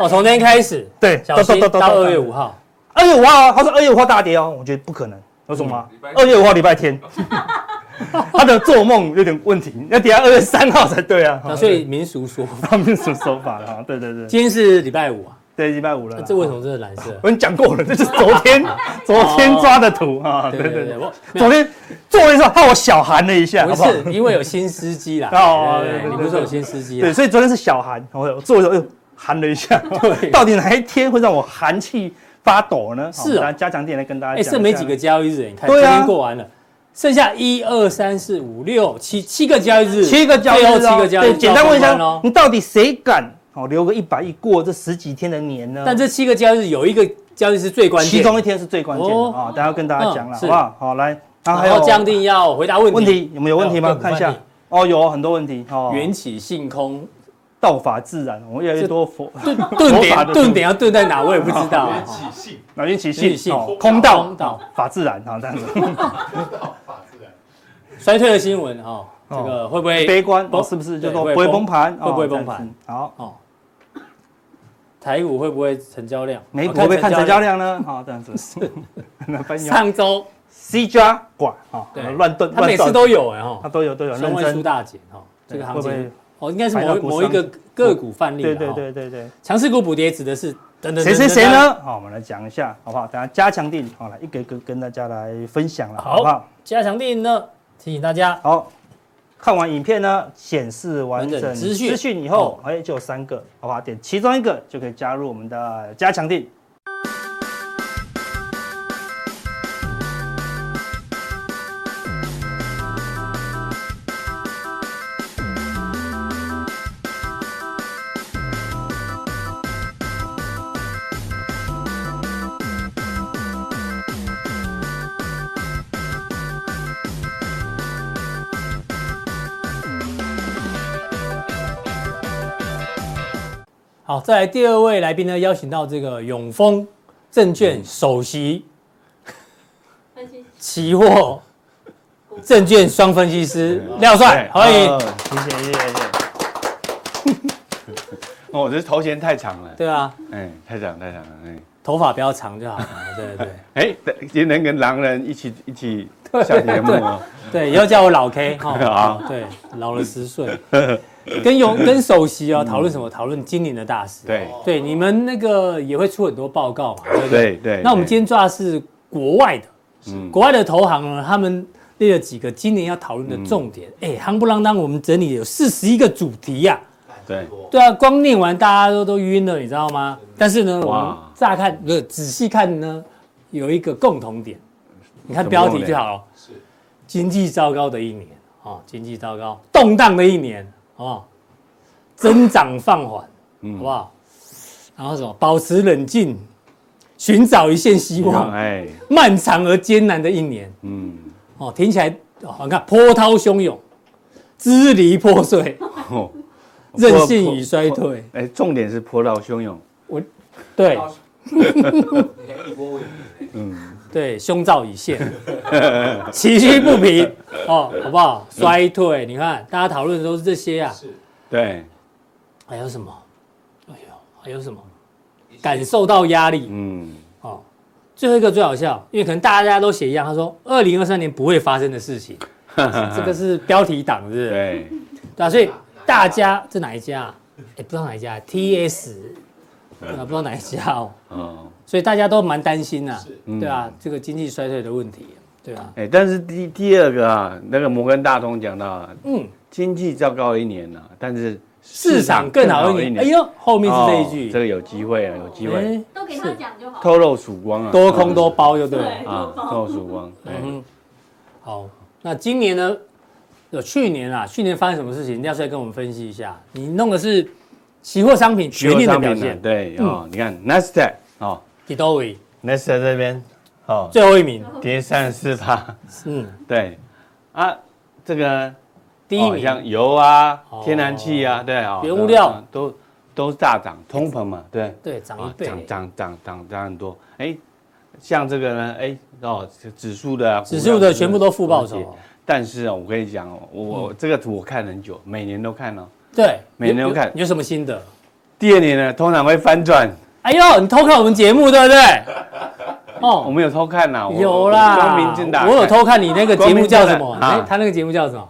Speaker 2: 哦，从今天开始，
Speaker 1: 对，
Speaker 2: 小心到二月
Speaker 1: 五，
Speaker 2: 五号，
Speaker 1: 二月五号哦，他说二月五号大跌哦，我觉得不可能，为什么啊
Speaker 6: 嗯礼拜？
Speaker 1: 二、月五号礼拜天， 他的做梦有点问题，要跌到二月三号才对啊，
Speaker 2: 那所以民俗说，
Speaker 1: 他们什么手法了哈？对对对，
Speaker 2: 今天是礼拜五啊，
Speaker 1: 对礼拜五了啦，
Speaker 2: 这为什么这是蓝色？
Speaker 1: 我跟你讲过了，这就是昨天昨天抓的图啊， 对
Speaker 2: 对
Speaker 1: 对对，
Speaker 2: 对对，我
Speaker 1: 昨天做了一下，害我小寒了一下，
Speaker 2: 不
Speaker 1: 好不好？
Speaker 2: 是因为有新司机啦，
Speaker 1: 哦
Speaker 2: 对对对
Speaker 1: 对对对
Speaker 2: 你不是有新司机
Speaker 1: 对，
Speaker 2: 啦，
Speaker 1: 所以昨天是小寒，我我做一做，哎呦，寒了一下。
Speaker 2: 对
Speaker 1: 到底哪一天会让我寒气发抖呢？
Speaker 2: 是哦
Speaker 1: 好来加强点来跟大家
Speaker 2: 哎，
Speaker 1: 讲。
Speaker 2: 剩没几个，交易日，你看今
Speaker 1: 对啊
Speaker 2: 天过完了，剩下一二三四五六七七个交易日，
Speaker 1: 七个交易日
Speaker 2: 最
Speaker 1: 哦
Speaker 2: 后七个交易日，
Speaker 1: 对，简单问一下
Speaker 2: 交易日哦，
Speaker 1: 你到底谁敢哦留个一百亿过这十几天的年呢？
Speaker 2: 但这七个交易日有一个交易日是最关键
Speaker 1: 其
Speaker 2: 的，
Speaker 1: 中一天是最关键的
Speaker 2: 哦
Speaker 1: 啊，大家跟大家讲了，
Speaker 2: 嗯
Speaker 1: 好不好？好，来，然后还
Speaker 2: 然
Speaker 1: 有
Speaker 2: 后将定要回答问题。
Speaker 1: 问题有没有问题
Speaker 2: 还
Speaker 1: 吗？
Speaker 2: 有
Speaker 1: 看一下
Speaker 2: 各种问
Speaker 1: 哦，
Speaker 2: 题，
Speaker 1: 有很多问题哦。
Speaker 2: 缘起性空，
Speaker 1: 道法自然，我们越来越多佛，
Speaker 2: 顿顿
Speaker 1: 哦佛法
Speaker 2: 点
Speaker 1: 的
Speaker 2: 顿点要顿在哪，我也不知道。 啊
Speaker 4: 缘起性，
Speaker 1: 脑筋起
Speaker 2: 缘起
Speaker 1: 性
Speaker 2: 性
Speaker 1: 哦，空道
Speaker 2: 空道
Speaker 1: 法自然啊，这样子。
Speaker 4: 法自然。
Speaker 2: 衰退的新闻哈，
Speaker 1: 哦
Speaker 2: 这个会不会
Speaker 1: 悲观
Speaker 2: 哎崩
Speaker 1: 哦，是不是
Speaker 2: 对
Speaker 1: 就说
Speaker 2: 会
Speaker 1: 不会
Speaker 2: 崩
Speaker 1: 崩盘？
Speaker 2: 会不会
Speaker 1: 哦
Speaker 2: 崩
Speaker 1: 这样
Speaker 2: 盘
Speaker 1: 子？好，
Speaker 2: 哦？台股会不会成交量？哦
Speaker 1: 美
Speaker 2: 我
Speaker 1: 股会不会看成交。量呢？哦好，这样 子很难翻译哦。
Speaker 2: 上周
Speaker 1: C 加管啊，
Speaker 2: 对
Speaker 1: 乱炖，
Speaker 2: 他
Speaker 1: 乱
Speaker 2: 每次
Speaker 1: 炖
Speaker 2: 都有哎哈
Speaker 1: 啊，都有都有
Speaker 2: 熊
Speaker 1: 认
Speaker 2: 会苏
Speaker 1: 真，
Speaker 2: 大姐哈，这个行
Speaker 1: 会不
Speaker 2: 情
Speaker 1: 会
Speaker 2: 哦，应该是
Speaker 1: 排到
Speaker 2: 某
Speaker 1: 股哦
Speaker 2: 某一个个股范例啦
Speaker 1: 对对
Speaker 2: 哈
Speaker 1: 对对对，
Speaker 2: 强势股补跌指的是等等
Speaker 1: 谁谁谁？呢？哦好，我们来讲一下好不好？等下加强定哦好来一个一个跟大家来分享了，
Speaker 2: 好
Speaker 1: 好不好？
Speaker 2: 加强定呢？提醒大家，
Speaker 1: 好，看完影片呢，显示完整
Speaker 2: 完整资讯哦
Speaker 1: 资讯以后，哎、就有三个，好吧，点其中一个就可以加入我们的加强定。
Speaker 2: 好，再来第二位来宾呢，邀请到这个永丰证
Speaker 1: 嗯
Speaker 2: 券首席
Speaker 5: 分析
Speaker 2: 期货证券双分析师
Speaker 1: 啊
Speaker 2: 廖帅，欢迎
Speaker 3: 哦。
Speaker 1: 谢谢谢谢谢谢。
Speaker 3: 哦，这头衔太长了，
Speaker 2: 对啊，
Speaker 3: 哎，太长太长了，哎。
Speaker 2: 头发不要长就好了。对对
Speaker 3: 哎，也能跟狼人一起一起下节目哦。
Speaker 2: 对，以后叫我老 K 哈。
Speaker 3: 好
Speaker 2: 对，老了十岁。跟永跟首席
Speaker 1: 嗯
Speaker 2: 啊讨论什么？讨论今年的大事。
Speaker 3: 对
Speaker 2: 对，你们那个也会出很多报告嘛，对不对？
Speaker 3: 对对。
Speaker 2: 那我们今天抓的是国外的，
Speaker 3: 嗯
Speaker 2: 国外的投行呢，他们列了几个今年要讨论的重点。哎、
Speaker 3: 嗯
Speaker 2: 夯不啷当，我们整理有四十一个主题呀、
Speaker 3: 对
Speaker 2: 对啊，光念完大家都都晕了，你知道吗？但是呢，我们
Speaker 3: 哇
Speaker 2: 乍看不是仔细看呢，有一个共同点，你看
Speaker 3: 什么
Speaker 2: 标
Speaker 3: 共
Speaker 2: 题
Speaker 3: 同
Speaker 2: 就
Speaker 3: 点
Speaker 2: 好了，
Speaker 4: 是
Speaker 2: 经济糟糕的一年哦，经济糟糕，动荡的一年哦，增长放缓，
Speaker 3: 嗯
Speaker 2: 好不好？然后什么，保持冷静，寻找一线希望，
Speaker 3: 哎，
Speaker 2: 漫长而艰难的一年
Speaker 3: 嗯，
Speaker 2: 哦，听起来哦，你看波涛汹涌，支离破碎，
Speaker 3: 哦
Speaker 2: 韧性与衰退。
Speaker 3: 哎，重点是波涛汹涌，
Speaker 2: 对
Speaker 6: 你还一波未平
Speaker 3: 嗯，
Speaker 2: 对，胸罩已现，崎岖不平哦，好不好？衰退，你看大家讨论的都是这些啊，
Speaker 4: 是，
Speaker 3: 对，
Speaker 2: 还有什么？哎呦，还有什么？感受到压力
Speaker 3: 嗯，
Speaker 2: 哦。最后一个最好笑，因为可能大家都写一样，他说二零二三年不会发生的事 情，这个是标题党，是不是？
Speaker 3: 对，
Speaker 2: 对啊，所以大家这哪一家、啊？哎，不知道哪一家，TS，对啊，
Speaker 3: 嗯
Speaker 2: 不知道哪一家哦。
Speaker 3: 哦，
Speaker 2: 所以大家都蛮担心呐、
Speaker 3: 嗯
Speaker 2: 对啊，这个经济衰退的问题，对啊，
Speaker 3: 哎，但是第第二个啊，那个摩根大通讲到啊，
Speaker 2: 嗯，
Speaker 3: 经济糟糕一年了，但是
Speaker 2: 市场更好一点。哎呦，后面是这一
Speaker 3: 哦
Speaker 2: 句，
Speaker 3: 这个有机会啊，有机会
Speaker 2: 哎
Speaker 5: 都给他讲就好。
Speaker 3: 透露曙光啊，
Speaker 2: 多空都包就对了。
Speaker 5: 对
Speaker 3: 啊，透露曙光，哎
Speaker 2: 嗯，好，那今年呢？有去年啊，去年发生什么事情？廖帅跟我们分析一下。你弄的是期货商品全面的表现，
Speaker 3: 啊
Speaker 2: 嗯
Speaker 3: 对哦，你看 Nasdaq 哦
Speaker 2: 第多位
Speaker 3: ，Nasdaq 这边哦
Speaker 2: 最后一名，
Speaker 3: 跌三十四趴，
Speaker 2: 嗯，
Speaker 3: 对啊，这个
Speaker 2: 第一
Speaker 3: 哦
Speaker 2: 名，
Speaker 3: 像油啊
Speaker 2: 哦、
Speaker 3: 天然气啊，对啊，
Speaker 2: 原物料
Speaker 3: 都都大涨，通膨嘛，对，
Speaker 2: 对，涨一
Speaker 3: 啊
Speaker 2: 倍，
Speaker 3: 涨涨涨涨涨很多，哎，像这个呢，哎哦，指数的啊
Speaker 2: 指数的全部都负
Speaker 3: 负
Speaker 2: 报酬，嗯
Speaker 3: 但是啊，我跟你讲哦，我我这个图我看很久，每年都看哦。
Speaker 2: 对，
Speaker 3: 每年都
Speaker 2: 有
Speaker 3: 看
Speaker 2: 有有什么心得？
Speaker 3: 第二年呢，通常会翻转，
Speaker 2: 哎呦，你偷看我们节目对不对？
Speaker 3: 我
Speaker 2: 哦，
Speaker 3: 们有偷看呐，我
Speaker 2: 有啦，
Speaker 3: 我光明正大看，
Speaker 2: 我有偷看你那个节目叫什么？
Speaker 3: 光明正大
Speaker 2: 哎
Speaker 3: 啊，
Speaker 2: 他那个节目叫什么？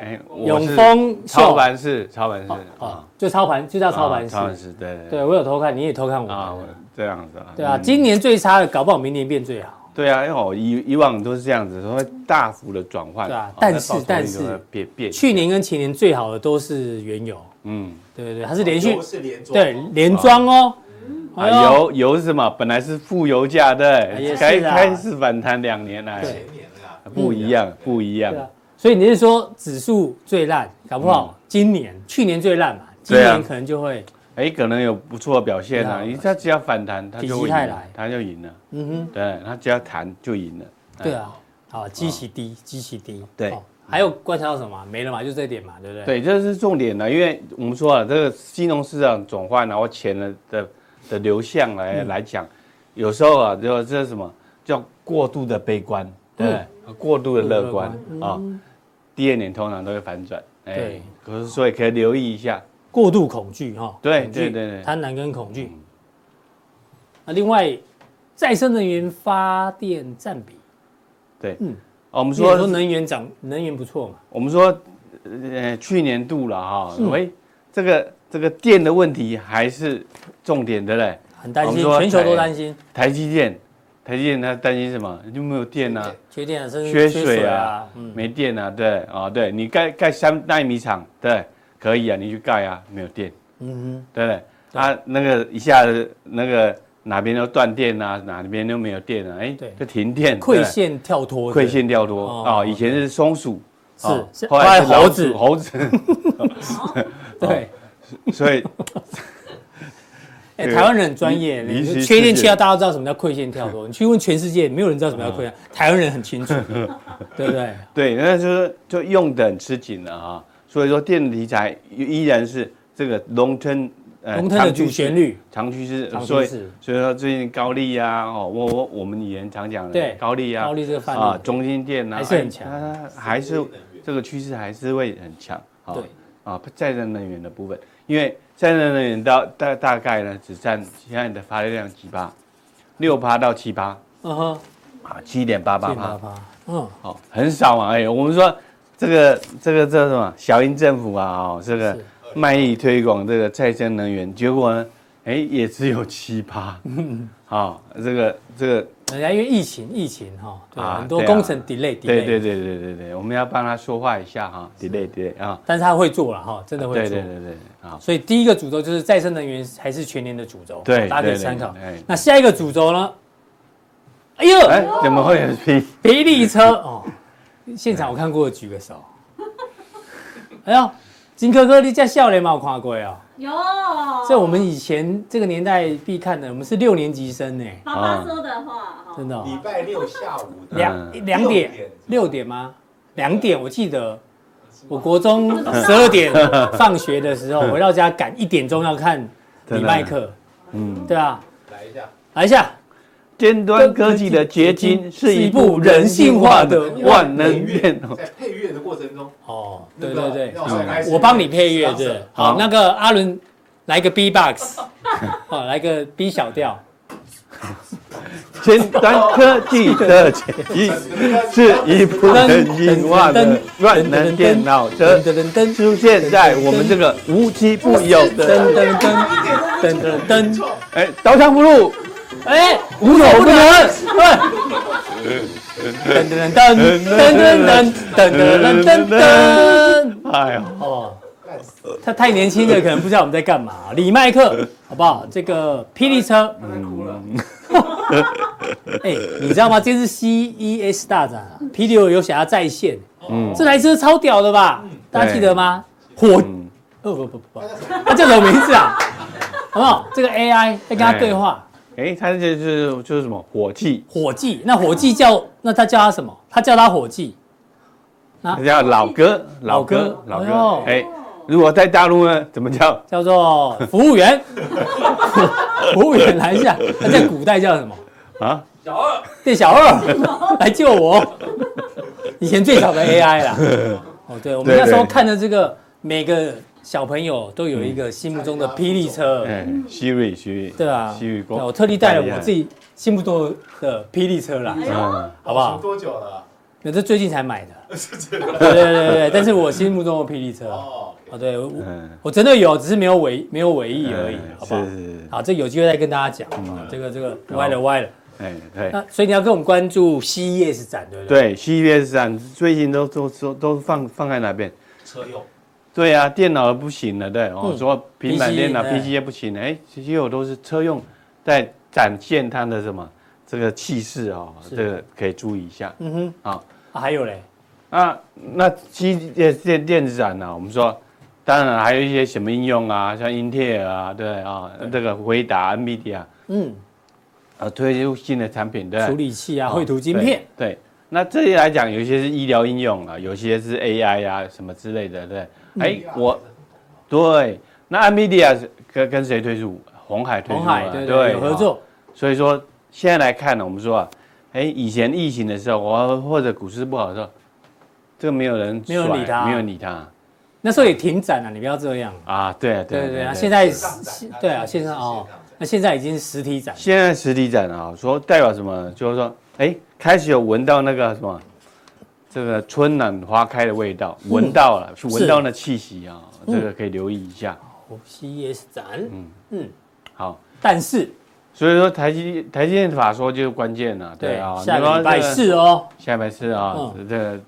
Speaker 3: 哎，我
Speaker 2: 永
Speaker 3: 是
Speaker 2: 丰
Speaker 3: 操
Speaker 2: 秀
Speaker 3: 盘式，操盘式
Speaker 2: 哦
Speaker 3: 啊，，
Speaker 2: 就操盘，就叫操
Speaker 3: 啊
Speaker 2: 盘
Speaker 3: 操盘
Speaker 2: 式。
Speaker 3: 式，对对
Speaker 2: 对，我有偷看，你也偷看
Speaker 3: 啊，我
Speaker 2: 我。
Speaker 3: 这样子啊，
Speaker 2: 对啊，
Speaker 3: 嗯
Speaker 2: 今年最差的，搞不好明年变最好。
Speaker 3: 对啊，因为我以以往都是这样子，会大幅的转换。
Speaker 2: 对啊
Speaker 3: 哦
Speaker 2: 但
Speaker 3: 那
Speaker 2: 是
Speaker 3: 到时候
Speaker 2: 但
Speaker 3: 你就是会变变
Speaker 2: 去年跟前年最好的都是原油，
Speaker 3: 嗯，
Speaker 2: 对对对，它是连续
Speaker 3: 哦
Speaker 4: 油是连坐，
Speaker 2: 对连庄哦。
Speaker 3: 啊油油是什么？本来是负油价
Speaker 2: 也
Speaker 3: 的，
Speaker 2: 是
Speaker 3: 开
Speaker 2: 啊
Speaker 3: 开始反弹两年来，
Speaker 2: 对
Speaker 4: 前年啊，
Speaker 3: 不一样，不一样
Speaker 2: 对。啊，所以你是说指数最烂，搞不好今年去年最烂嘛，今
Speaker 3: 嗯对啊
Speaker 2: 年可能就会
Speaker 3: 哎，可能有不错的表现啊！
Speaker 2: 对啊
Speaker 3: 你它只要反弹，它
Speaker 2: 否极
Speaker 3: 就会赢
Speaker 2: 泰
Speaker 3: 了
Speaker 2: 来，
Speaker 3: 它就赢了。
Speaker 2: 嗯哼。
Speaker 3: 对，它只要弹就赢了。哎
Speaker 2: 对啊，好，基期低，基期低。
Speaker 3: 对
Speaker 2: 哦，还有观察到什么？啊没了嘛，就这一点嘛，对不对？
Speaker 3: 对，这是重点了，因为我们说啊，这个金融市场转换，然后钱的的的流向来、
Speaker 2: 嗯
Speaker 3: 来讲，有时候啊，就这是什么叫过度的悲观，
Speaker 2: 嗯
Speaker 3: 对不对，过度的乐观啊、第二年通常都会反转，哎
Speaker 2: 对，
Speaker 3: 可是所以可以留意一下，
Speaker 2: 过度恐惧哈，
Speaker 3: 对
Speaker 2: 恐惧
Speaker 3: 对对对嗯
Speaker 2: 贪婪跟恐惧。那另外，再生能源发电占比，
Speaker 3: 对，
Speaker 2: 嗯
Speaker 3: 哦我
Speaker 2: 我
Speaker 3: 们说
Speaker 2: 能源涨，能源不错嘛，
Speaker 3: 我们说，呃，去年度了哈、
Speaker 2: 嗯
Speaker 3: 喂，这个这个电的问题还是重点的嘞，
Speaker 2: 很担心，
Speaker 3: 我们说
Speaker 2: 全球都
Speaker 3: 台
Speaker 2: 担心
Speaker 3: 台积电，台积电它担心什么？就没有电啊。
Speaker 2: 缺电啊，甚至
Speaker 3: 缺
Speaker 2: 缺
Speaker 3: 水啊
Speaker 2: 啊，，嗯，
Speaker 3: 没电啊，对啊，对你盖盖三纳米厂，对，可以啊，你去盖啊，没有电，嗯对不对？啊，那个一下子那个哪边都断电啊，哪边都没有电啊，哎
Speaker 2: 对，
Speaker 3: 就停电，对
Speaker 2: 馈
Speaker 3: 不对
Speaker 2: 线跳脱，
Speaker 3: 馈线掉多
Speaker 2: 哦
Speaker 3: 啊，以前是松鼠，
Speaker 2: 是
Speaker 3: 哦
Speaker 2: 是
Speaker 3: 后来是
Speaker 2: 后来
Speaker 3: 老
Speaker 2: 猴子
Speaker 3: 鼠猴子， 哦
Speaker 2: 对。
Speaker 3: 所以
Speaker 2: 哎，
Speaker 3: 对
Speaker 2: 台湾人很专业，
Speaker 3: 离离
Speaker 2: 你
Speaker 3: 世界嗯
Speaker 2: 缺电切到大家都知道什么叫馈线跳脱，你去问全世界，没有人知道什么叫馈线，台湾人很 清楚，对不对？
Speaker 3: 对，那就是就用的很吃紧了啊，所以说电的题材依然是这个 long term 呃
Speaker 2: 龙腾的
Speaker 3: 长趋
Speaker 2: 主
Speaker 3: 势
Speaker 2: 旋律，
Speaker 3: 长趋势，
Speaker 2: 长趋
Speaker 3: 所以
Speaker 2: 势
Speaker 3: 所以说最近高利啊，哦，我我我们以前常讲的
Speaker 2: 对
Speaker 3: 高利啊，
Speaker 2: 高利这个范例
Speaker 3: 啊，中心店啊，
Speaker 2: 还是很
Speaker 3: 哎
Speaker 2: 强
Speaker 3: 它还是这个趋势还是会很强，啊
Speaker 2: 对
Speaker 3: 啊，再生能源的部分，因为再生能源到大大概呢只占现在的发电量几趴，六趴到七趴
Speaker 2: 嗯哼，
Speaker 3: 啊，七点八八
Speaker 2: 见爸
Speaker 3: 趴，
Speaker 2: 爸，嗯，
Speaker 3: 好，很少啊，哎，我们说这个这个这个什么小英政府啊，哦，这个
Speaker 2: 是
Speaker 3: 卖力推广这个再生能源，结果呢，哎，也只有七趴，好，这个这个，
Speaker 2: 人家因为疫情，疫情哈，对
Speaker 3: 啊
Speaker 2: 很多
Speaker 3: 对啊
Speaker 2: 工程 delay delay，
Speaker 3: 对对对对对对，我们要帮他说话一下哈，delay delay 啊，
Speaker 2: 但是他会做了哈，真的会
Speaker 3: 对
Speaker 2: 做
Speaker 3: 对。对对，好，
Speaker 2: 所以第一个主轴就是再生能源还是全年的主轴，
Speaker 3: 对
Speaker 2: 大家可以
Speaker 3: 对对
Speaker 2: 参考
Speaker 3: 对对。
Speaker 2: 那下一个主轴呢？哎呦，
Speaker 3: 哎，怎么会有 P？
Speaker 2: 霹雳车哦，现场我看过的举个 手。哎呦，金哥哥，你在笑脸嘛？我看过哦，
Speaker 5: 有，
Speaker 2: 在我们以前这个年代必看的，我们是六年级生呢，
Speaker 5: 爸爸说的话哈，
Speaker 2: 真的哦、
Speaker 4: 礼拜六下午的
Speaker 2: 两
Speaker 3: 嗯
Speaker 2: 两点
Speaker 4: 六点
Speaker 2: 六点吗？两点我记得，我国 中十二点放学的 时候，回到家赶一点钟要看
Speaker 3: 真
Speaker 2: 李
Speaker 3: 的
Speaker 2: 麦克，
Speaker 3: 嗯，
Speaker 2: 对啊，
Speaker 4: 来一下，
Speaker 2: 来一下，
Speaker 3: 尖端科技的结晶是一部人性化的万能哦电脑。
Speaker 4: 在配乐的过程中，
Speaker 2: 哦，
Speaker 4: 那
Speaker 2: 对
Speaker 4: 个
Speaker 2: 对对，
Speaker 4: 那种开始
Speaker 2: 我帮你配乐是
Speaker 4: 上
Speaker 2: 好，
Speaker 3: 好
Speaker 2: 那个阿伦来个 B box，好，来个 B 小调，
Speaker 3: 尖端科技的结晶是一部人性化的万能电脑车
Speaker 2: 噔，噔噔
Speaker 3: 出现在我们这个无奇不有
Speaker 2: 噔
Speaker 3: 的
Speaker 2: 噔噔噔噔噔，
Speaker 3: 哎刀枪不入，
Speaker 2: 哎，
Speaker 3: 无所不能。
Speaker 2: 噔噔噔噔噔噔噔噔噔噔噔
Speaker 3: 哎呦，
Speaker 2: 哦，他太年轻了，可能不知道我们在干嘛。李麦克，好不好？这个霹雳车，
Speaker 4: 他在哭了，
Speaker 3: 嗯
Speaker 2: 哎，你知道吗？这次 CES 大展啊，P 雳游侠在线，
Speaker 3: 嗯
Speaker 2: 哦这台车超屌的吧？大家记得吗？火，
Speaker 3: 嗯
Speaker 2: 哦不不不，他叫什么名字啊？好不好？这个 AI 在跟他对话，
Speaker 3: 哎，它这就是就是什么火计，
Speaker 2: 伙计，那伙计叫，那他叫他什么？他叫他伙计，
Speaker 3: 它叫老哥，老哥，
Speaker 2: 老
Speaker 3: 老
Speaker 2: 哥
Speaker 3: 哥。哎，如果在大陆呢，怎么叫？
Speaker 2: 叫做服务员， 服务员来一下，那在古代叫什么？
Speaker 3: 啊，
Speaker 6: 小二，
Speaker 2: 店小二来救我，以前最早的 AI 啦。哦，对，我们
Speaker 3: 对
Speaker 2: 那时候
Speaker 3: 对
Speaker 2: 看的这个，每个小朋友都有一个心目中的霹雳车，
Speaker 3: 哎，Siri Siri，
Speaker 2: 呃对啊，
Speaker 3: Siri
Speaker 2: 对
Speaker 3: 光，
Speaker 2: 我特地带了
Speaker 3: 厉害
Speaker 2: 我自，己心目中的霹雳车啦，
Speaker 3: 嗯，
Speaker 2: 好不好
Speaker 4: 停？多久了？
Speaker 2: 那这最近才买的， 对对对对对，但是我心目中的霹雳车，哦，
Speaker 4: 哦，
Speaker 2: 对我我
Speaker 3: 嗯，
Speaker 2: 我真的有，只是没有尾没有尾翼而已，好不好？
Speaker 3: 哎是是是，
Speaker 2: 好，这有机会再跟大家讲。这个这个歪了歪了。
Speaker 3: 哎，对。
Speaker 2: 那所以你要跟我们关注 CES 展，对不对？
Speaker 3: 对，CVS 啊，最近都都都都放放在哪边？
Speaker 4: 车用
Speaker 3: 对啊，电脑不行了，对哦，
Speaker 2: 嗯
Speaker 3: 说平板
Speaker 2: PC
Speaker 3: 电脑、
Speaker 2: 哎
Speaker 3: PC 也不行了，哎，其实有都是车用在展现它的什么这个气势哦，
Speaker 2: 是
Speaker 3: 这个可以注意一下。
Speaker 2: 嗯哼，
Speaker 3: 好，
Speaker 2: 啊还有嘞，
Speaker 3: 那那 C 电电电子展呢、啊我们说，当然还有一些什么应用啊，像英特尔啊，对啊，这个回答 NVIDIA
Speaker 2: 嗯，
Speaker 3: 啊啊推出新的产品，对不对，
Speaker 2: 处理器啊，
Speaker 3: 哦
Speaker 2: 绘图晶片，
Speaker 3: 对，对那这些来讲，有些是医疗应用啊，有些是 AI 啊什么之类的，对
Speaker 2: 嗯
Speaker 3: 不对。哎、我对那 NVIDIA 是跟跟谁推出？红海推出
Speaker 2: 红
Speaker 3: 嘛
Speaker 2: 海对对有合作，
Speaker 3: 所以说现在来看呢，我们说啊，哎，以前疫情的时候，我或者股市不好的时候，这个没有人
Speaker 2: 没有人理
Speaker 3: 甩
Speaker 2: 他
Speaker 3: 没有人理他
Speaker 2: 那时候也停展了，你不要这样。
Speaker 3: 啊，对啊对
Speaker 2: 对
Speaker 3: 啊
Speaker 2: 对对啊，
Speaker 3: 现
Speaker 2: 现
Speaker 3: 在
Speaker 2: 在
Speaker 4: 上展
Speaker 2: 是
Speaker 4: 啊
Speaker 2: 对啊，
Speaker 4: 这
Speaker 2: 线
Speaker 4: 个
Speaker 2: 上
Speaker 4: 是
Speaker 2: 哦
Speaker 4: 线上展，
Speaker 2: 那现在已经是实体展，
Speaker 3: 现在实体展啊，说代表什么？就是说，哎，开始有闻到那个什么，这个春暖花开的味道，
Speaker 2: 嗯
Speaker 3: 闻到了，是闻到那气息啊，这个可以留意一下。
Speaker 2: 哦，CES 展，
Speaker 3: 嗯
Speaker 2: 嗯，
Speaker 3: 好，
Speaker 2: 但是
Speaker 3: 所以说台积台积电法说就是关键了，对
Speaker 2: 对
Speaker 3: 啊，，
Speaker 2: 下
Speaker 3: 你说
Speaker 2: 个礼拜
Speaker 3: 这个
Speaker 2: 四哦，
Speaker 3: 下一排是啊，
Speaker 2: 嗯
Speaker 3: 这个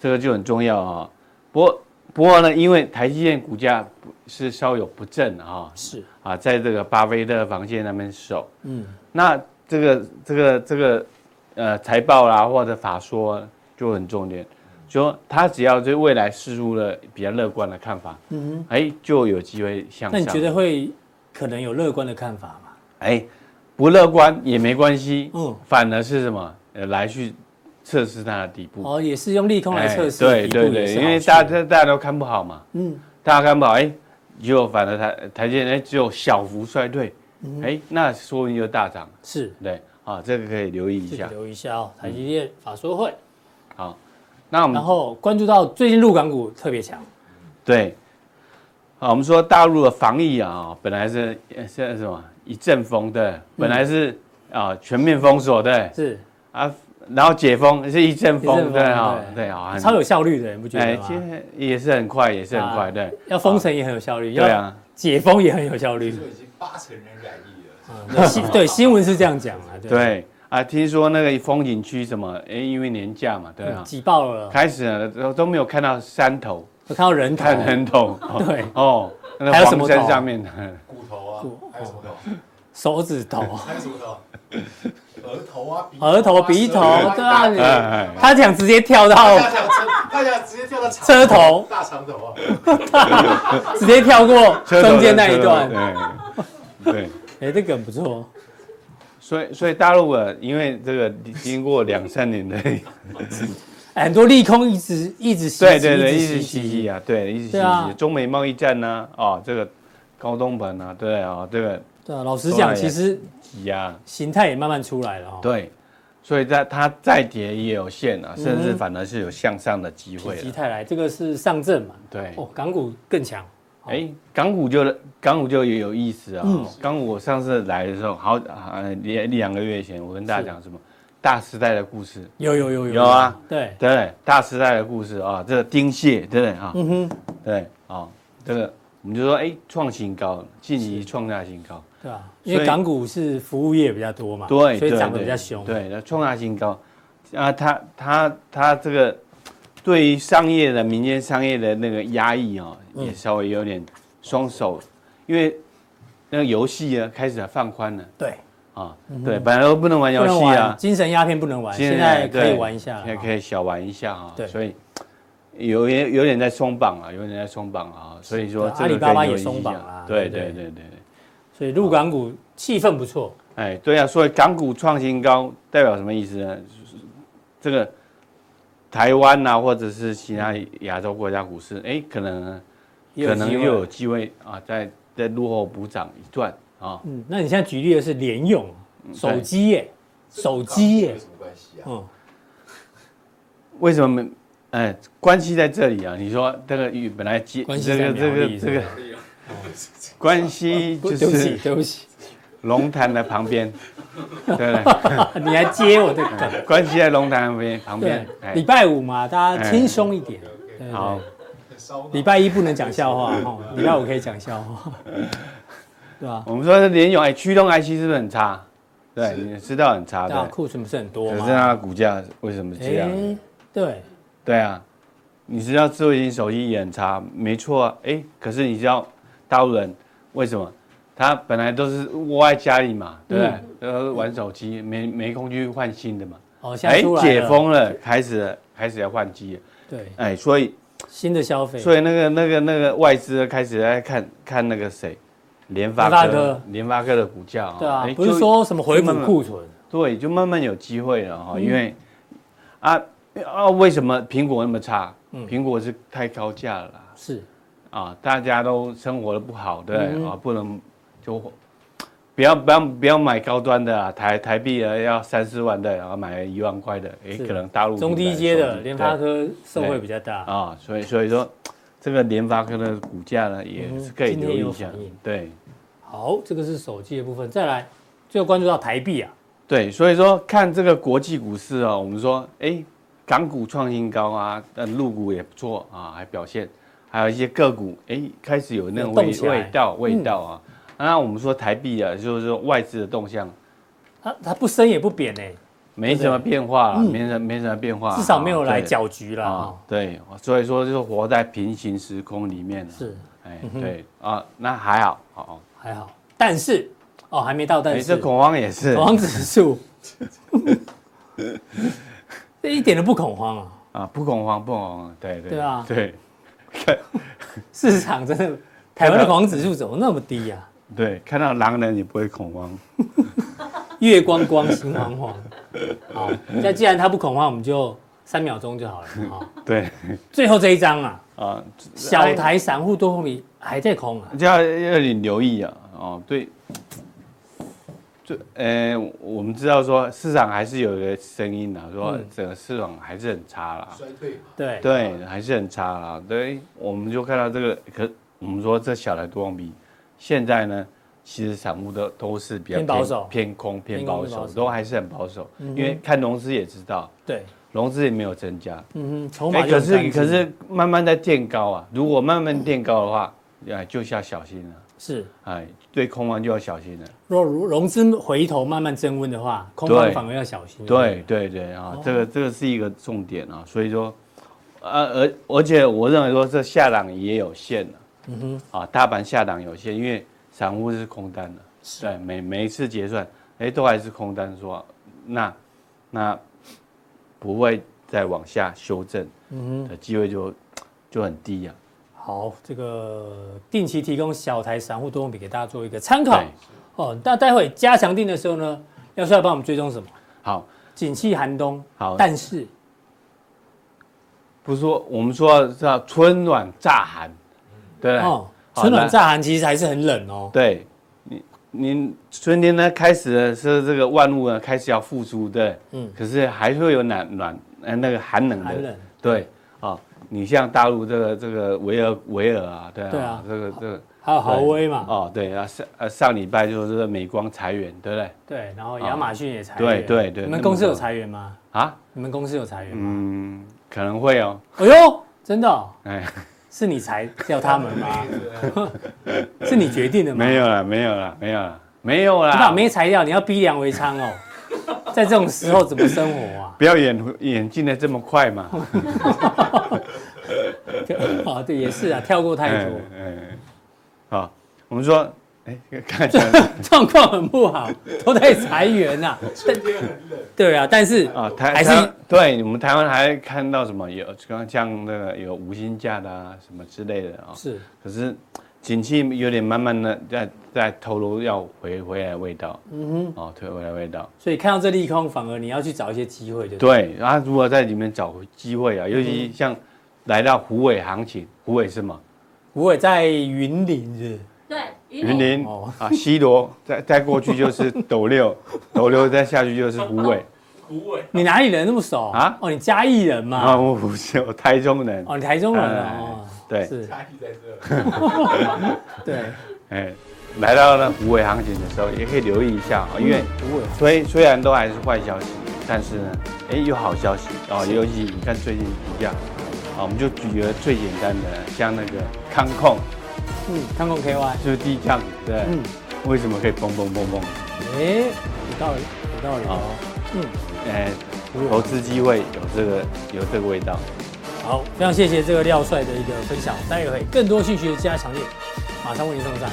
Speaker 3: 这个就很重要啊。不过不过呢，因为台积电股价是稍有不振啊
Speaker 2: 是，
Speaker 3: 啊，在这个巴菲特防线那边守。
Speaker 2: 嗯，
Speaker 3: 那这个这个这个呃财报啦或者法说就很重点，就说他只要对未来释出了比较乐观的看法，嗯，哎就有机会向上。
Speaker 2: 那你觉得会可能有乐观的看法吗？
Speaker 3: 哎，不乐观也没关系，
Speaker 2: 嗯
Speaker 3: 嗯，反而是什么？呃，来去测试它的底部。
Speaker 2: 哦，也是用利空来测试，
Speaker 3: 嗯哎
Speaker 2: 底
Speaker 3: 对
Speaker 2: 部
Speaker 3: 对
Speaker 2: 也
Speaker 3: 对，
Speaker 2: 是
Speaker 3: 因
Speaker 2: 好
Speaker 3: 为
Speaker 2: 处
Speaker 3: 大家大家都看不好嘛，
Speaker 2: 嗯，
Speaker 3: 大家看不好，哎，就反而台台积电哎只有小幅衰退，
Speaker 2: 嗯
Speaker 3: 哎，那说不定就大涨，
Speaker 2: 是
Speaker 3: 对啊，这个可以留意一
Speaker 2: 自己
Speaker 3: 下。
Speaker 2: 留意一下哦，台积电法说会，
Speaker 3: 好，那我们
Speaker 2: 然后关注到最近入港股特别强，
Speaker 3: 对，好，我们说大陆的防疫啊，本来是呃现在什么一阵风
Speaker 2: 嗯
Speaker 3: 的，本来是啊全面封锁的
Speaker 2: 是
Speaker 3: 啊，然后解封是一阵风
Speaker 2: 一阵
Speaker 3: 对
Speaker 2: 风
Speaker 3: 啊，
Speaker 2: 对
Speaker 3: 对啊，很
Speaker 2: 超有效率的，你不觉得
Speaker 3: 哎，
Speaker 2: 吗
Speaker 3: 其？实也是很快，也是很
Speaker 2: 啊
Speaker 3: 快，对
Speaker 2: 要封城也很有效率，
Speaker 3: 对
Speaker 2: 要
Speaker 3: 啊。
Speaker 2: 解封也很有效率
Speaker 4: 听。说已经八成人染疫了，
Speaker 2: 嗯对新对新闻是这样讲啊，
Speaker 3: 对啊，听说那个风景区什么，哎，因为年假嘛，对
Speaker 2: 嗯
Speaker 3: 啊，
Speaker 2: 挤爆了，
Speaker 3: 开始呢都都没有看到山头，
Speaker 2: 我看到人头
Speaker 3: 看人头，哦
Speaker 2: 对
Speaker 3: 哦，那
Speaker 2: 还
Speaker 3: 个
Speaker 2: 有什么
Speaker 3: 黄山
Speaker 2: 头啊
Speaker 3: 上面的，
Speaker 4: 骨头啊
Speaker 2: 骨，
Speaker 4: 还有什么头？
Speaker 2: 手指 头，
Speaker 4: 还有什么头？额头啊，鼻头啊
Speaker 2: 额头、鼻头，对啊，
Speaker 4: 舌头
Speaker 2: 你
Speaker 3: 哎哎
Speaker 2: 他想直接跳
Speaker 4: 大
Speaker 2: 到，
Speaker 4: 家想车，大家直接跳到长
Speaker 2: 车头
Speaker 4: 大长头啊，
Speaker 2: 直接跳过
Speaker 3: 车头
Speaker 2: 中间
Speaker 3: 的
Speaker 2: 那一
Speaker 3: 车
Speaker 2: 段，
Speaker 3: 头对对。
Speaker 2: 哎，这个很不错，
Speaker 3: 所以，所以大陆啊，因为这个经过两三 年的，
Speaker 2: 哎，很多利空一直一直袭击，
Speaker 3: 对对对，一直
Speaker 2: 袭
Speaker 3: 袭
Speaker 2: 击，
Speaker 3: 击啊，对，一直袭
Speaker 2: 对啊
Speaker 3: 击，中美贸易战呢，哦，这个高通膨啊，对啊，这个
Speaker 2: 对啊，老实讲，
Speaker 3: 对
Speaker 2: 其实
Speaker 3: 挤压，
Speaker 2: 形态也慢慢出来了哦，
Speaker 3: 对，所以它它再跌也有限啊，甚至反而是有向上的机会
Speaker 2: 否极
Speaker 3: 了，
Speaker 2: 泰来，这个是上证嘛，
Speaker 3: 啊对。
Speaker 2: 哦，港股更强，
Speaker 3: 哎，港股就港股就也有意思啊、
Speaker 2: 嗯
Speaker 3: 港股我上次来的时候，好呃两两个月前，我跟大家讲什么大时代的故事，
Speaker 2: 有有有
Speaker 3: 有啊，
Speaker 2: 对，
Speaker 3: 对不对？大时代的故事啊，这个丁蟹，对不对啊？
Speaker 2: 嗯哼，
Speaker 3: 对啊，这个我们就说哎创新高，近期创下新高，
Speaker 2: 对啊，
Speaker 3: 所以
Speaker 2: 因为港股是服务业比较多嘛，
Speaker 3: 对，
Speaker 2: 所以
Speaker 3: 对
Speaker 2: 涨得
Speaker 3: 对
Speaker 2: 比较凶，
Speaker 3: 对，那创下新高啊，它它它这个对于商业的民间商业的那个压抑啊、也
Speaker 2: 嗯
Speaker 3: 稍微有点双手，因为那个游戏啊开始放宽了
Speaker 2: 对，
Speaker 3: 啊，对，本来都不能玩游
Speaker 2: 嗯不能
Speaker 3: 戏
Speaker 2: 玩
Speaker 3: 啊，
Speaker 2: 精神鸦片不能玩，现在可以玩一下了，哦
Speaker 3: 现在可以小玩一下啊
Speaker 2: 对，
Speaker 3: 所以。有点有点在松绑啊，有点在松绑啊，所以说
Speaker 2: 对
Speaker 3: 这个
Speaker 2: 阿里巴巴
Speaker 3: 可以
Speaker 2: 也
Speaker 3: 留意一
Speaker 2: 松绑
Speaker 3: 下
Speaker 2: 啊
Speaker 3: 对
Speaker 2: 对
Speaker 3: 对
Speaker 2: 不对
Speaker 3: 对对对。
Speaker 2: 所以入港股气氛不错，
Speaker 3: 哎，对啊，所以港股创新高代表什么意思呢？就是这个台湾呐、或者是其他亚洲国家股市，哎，可能
Speaker 2: 也有
Speaker 3: 可能
Speaker 2: 机
Speaker 3: 又
Speaker 2: 会
Speaker 3: 有机会啊，在在落后补涨一段啊。
Speaker 2: 嗯，那你现在举例的是联用
Speaker 3: 嗯
Speaker 2: 手机耶，手机
Speaker 4: 这
Speaker 2: 耶
Speaker 4: 跟港股有，什么关系啊？
Speaker 2: 嗯，
Speaker 3: 为什么没？哎，关系在这里啊！你说这个与本来接
Speaker 2: 关系
Speaker 3: 这
Speaker 2: 在
Speaker 3: 个这
Speaker 2: 苗
Speaker 3: 个
Speaker 2: 栗
Speaker 3: 这
Speaker 2: 是
Speaker 3: 个
Speaker 2: 吧
Speaker 3: 关系
Speaker 2: 不
Speaker 3: 就
Speaker 2: 对不起
Speaker 3: 是
Speaker 2: 对不起，
Speaker 3: 龙潭的旁边，对不 对？
Speaker 2: 你还接我这个，
Speaker 3: 关系在龙潭旁边旁
Speaker 2: 对
Speaker 3: 边。，哎
Speaker 2: 礼，拜五嘛，大家轻松一点，对对
Speaker 3: 好，嗯
Speaker 4: 很烧脑
Speaker 2: 礼拜一不能讲笑话哦，礼拜五可以讲笑话，对吧？
Speaker 3: 我们说联咏哎，驱动 IC 是不是很差？对，
Speaker 4: 是
Speaker 3: 你知道很差
Speaker 2: 大家
Speaker 3: 的。
Speaker 2: 库存不是很多
Speaker 3: 可是
Speaker 2: 吗？
Speaker 3: 它的股价为什么这样？
Speaker 2: 哎，对，
Speaker 3: 对啊，你知道智慧型手机也很差，没错啊。哎，可是你知道大陆人为什么？他本来都是窝在家里嘛，对不对？呃，玩手机，没没空去换新的嘛。
Speaker 2: 哦，嗯现在出来了
Speaker 3: 哎解，封了，开始了开始要换机了。
Speaker 2: 对，
Speaker 3: 哎，所以
Speaker 2: 新的消费，
Speaker 3: 所以那个那个那个外资开始在看看那个谁，联发
Speaker 2: 联发
Speaker 3: 科
Speaker 2: 科，
Speaker 3: 联发科的股价啊
Speaker 2: 对啊
Speaker 3: 哎，
Speaker 2: 不是
Speaker 3: 就
Speaker 2: 说什么回
Speaker 3: 就
Speaker 2: 补
Speaker 3: 慢慢
Speaker 2: 库存，嗯
Speaker 3: 对，就慢慢有机会了哈，因为啊啊，为什么苹果那么差？
Speaker 2: 嗯
Speaker 3: 苹果是太高价了啦
Speaker 2: 是
Speaker 3: 啊，大家都生活的不好，对
Speaker 2: 嗯
Speaker 3: 不对、啊，不能就不要不要不要买高端的啊，台台币啊要三四万的，然后买一万块的，诶，
Speaker 2: 是
Speaker 3: 可能大陆
Speaker 2: 中低阶的
Speaker 3: 对
Speaker 2: 联发科受惠比较大。
Speaker 3: 啊，所以所以说这个联发科的股价呢也是可以
Speaker 2: 嗯今天
Speaker 3: 留意
Speaker 2: 有
Speaker 3: 一下
Speaker 2: 反应，
Speaker 3: 对。
Speaker 2: 好，这个是手机的部分。再来，最后关注到台币啊，
Speaker 3: 对，所以说看这个国际股市啊，我们说，哎，港股创新高啊，呃，陆股也不错啊，还表现，还有一些个股，哎，开始有那种
Speaker 2: 有动
Speaker 3: 味
Speaker 2: 起来嗯
Speaker 3: 味道味道啊。那我们说台币啊，就是说外资的动向
Speaker 2: 它它不升也不贬哎，
Speaker 3: 没什么变化啦，没什么没什么变化，
Speaker 2: 嗯至少没有来
Speaker 3: 啊对
Speaker 2: 搅局啦。
Speaker 3: 啊
Speaker 2: 哦，
Speaker 3: 对，所以说就活在平行时空里面了。
Speaker 2: 是，嗯
Speaker 3: 哎，对啊，那还好，好，
Speaker 2: 还好，但是哦，还没到，但
Speaker 3: 哎，这
Speaker 2: 是
Speaker 3: 恐慌也是
Speaker 2: 恐慌指数， 这一点都不恐慌啊，
Speaker 3: 啊，不恐慌，不恐慌，对对
Speaker 2: 对啊
Speaker 3: 对
Speaker 2: 市场真的，台湾的恐慌指数怎么那么低啊呀、
Speaker 3: 对，看到狼人也不会恐慌。
Speaker 2: 月光光，心惶惶。 好，那既然它不恐慌，我们就三秒钟就好了啊、
Speaker 3: 对
Speaker 2: 最后这一张啊，
Speaker 3: 啊，
Speaker 2: 小台散户多空比还在空啊，
Speaker 3: 就要要你留意啊，哦，对，就呃，我们知道说市场还是有一个声音啊，说
Speaker 2: 嗯
Speaker 3: 整个市场还是很差啦，
Speaker 4: 衰退嘛，
Speaker 2: 对，
Speaker 3: 对，还是很差啦，对，我们就看到这个，可我们说这小台多方比，现在呢，其实散户都都是比较
Speaker 2: 偏保守
Speaker 3: 偏空、偏
Speaker 2: 偏空
Speaker 3: 保
Speaker 2: 偏保
Speaker 3: 守，
Speaker 2: 守嗯
Speaker 3: 都还是很保守，因为看融资也知道，
Speaker 2: 对，
Speaker 3: 融资也没有增加，
Speaker 2: 嗯哼，筹
Speaker 3: 哎、
Speaker 2: 码就很
Speaker 3: 可
Speaker 2: 干
Speaker 3: 是
Speaker 2: 净
Speaker 3: 可是慢慢在垫高啊，如果慢慢垫高的话，哎，就是要小心了、
Speaker 2: 是
Speaker 3: 哎，对空方就要小心了。
Speaker 2: 若如融资回头慢慢增温的话，空
Speaker 3: 对
Speaker 2: 方反而要小心。
Speaker 3: 对对对啊，这个这个是一个重点啊，所以说，呃而而且我认为说这下档也有限了、嗯哼，啊，大盘下档有限，因为散户是空单的，对，每每一次结算，哎，都还是空单说，那那不会再往下修正，嗯哼，的机会就就很低啊。
Speaker 2: 好，这个定期提供小台散户多空比给大家做一个参考
Speaker 3: 对
Speaker 2: 哦。那待会加强定的时候呢，要是要帮我们追踪什么？
Speaker 3: 好，
Speaker 2: 景气寒冬，
Speaker 3: 好
Speaker 2: 但是
Speaker 3: 不是说我们说叫春暖乍寒，对不对？
Speaker 2: 哦，
Speaker 3: 好
Speaker 2: 春暖
Speaker 3: 那
Speaker 2: 乍寒其实还是很冷哦。
Speaker 3: 对，你你春天呢开始的是这个万物呢开始要复苏，对，
Speaker 2: 嗯
Speaker 3: 可是还会有暖暖呃那个寒冷的，
Speaker 2: 寒冷
Speaker 3: 对啊、你像大陆这个这个维尔维尔啊，对啊，
Speaker 2: 对啊
Speaker 3: 这个这个
Speaker 2: 还有豪威嘛，
Speaker 3: 哦对啊上呃上礼拜就是这个美光裁员，对不对
Speaker 2: 对，然后亚马逊也裁
Speaker 3: 哦对
Speaker 2: 员，
Speaker 3: 对对
Speaker 2: 你
Speaker 3: 那
Speaker 2: 们
Speaker 3: 么
Speaker 2: 公司
Speaker 3: 多
Speaker 2: 有裁员吗？
Speaker 3: 啊？
Speaker 2: 你们公司有裁员吗？
Speaker 3: 嗯，可能会哦，
Speaker 2: 哎呦，真的哦，
Speaker 3: 哎，
Speaker 2: 是你裁掉他们吗？ 是你决定的吗？
Speaker 3: 没有了，没有了，没有了，没有
Speaker 2: 你把
Speaker 3: 啦，
Speaker 2: 没裁掉，你要逼良为娼哦。在这种时候怎么生活啊？
Speaker 3: 不要演演进的这么 快嘛，
Speaker 2: 啊，对，也是啊，跳过太多
Speaker 3: 嗯，嗯，好、我们说，哎，看一下。
Speaker 2: 状况很不好，都在裁员 呐、啊。
Speaker 4: 春天很冷，
Speaker 2: 对啊，但是
Speaker 3: 啊，台
Speaker 2: 还是
Speaker 3: 台湾对我们台湾还看到什么有刚像那个有无薪假的啊什么之类的啊、
Speaker 2: 是
Speaker 3: 可是景气有点慢慢的在在透露要回回来的味道，嗯哼，哦，推回来的味道。
Speaker 2: 所以看到这利空，反而你要去找一些机会，对不对？
Speaker 3: 对，然后如果在里面找机会啊，尤其像来到虎尾行情，虎尾是吗？
Speaker 2: 不会在云林是
Speaker 5: 对，云
Speaker 3: 云林
Speaker 2: 哦
Speaker 3: 啊，西罗，再再过去就是斗六，斗六再下去就是虎尾
Speaker 6: 虎尾
Speaker 2: 你哪里人那么熟
Speaker 3: 啊
Speaker 2: 啊？哦，你嘉义人
Speaker 3: 啊，
Speaker 2: 嘛？
Speaker 3: 我不是我台中人，
Speaker 2: 哦，你台中人啊哦。
Speaker 3: 对
Speaker 2: 是，
Speaker 4: 差异在这。
Speaker 2: 对，
Speaker 3: 哎，来到了虎尾行情的时候，也可以留意一下
Speaker 2: 嗯
Speaker 3: 啊，因为
Speaker 2: 不会。
Speaker 3: 虽虽然都还是坏消息，但是呢，哎，有好消息
Speaker 2: 嗯
Speaker 3: 啊、哦，尤其你看最近股价，啊，我们就举个最简单的，像那个康控，
Speaker 2: 嗯，看过 KY，
Speaker 3: 就是低价股，对，
Speaker 2: 嗯
Speaker 3: 为什么可以蹦蹦蹦蹦？
Speaker 2: 哎，有道理，有道理哦。
Speaker 3: 哎，投资机会有这个有这个味道。
Speaker 2: 好，非常谢谢这个廖帅的一个分享，待会会更多兴趣的加强烈，马上为您送上。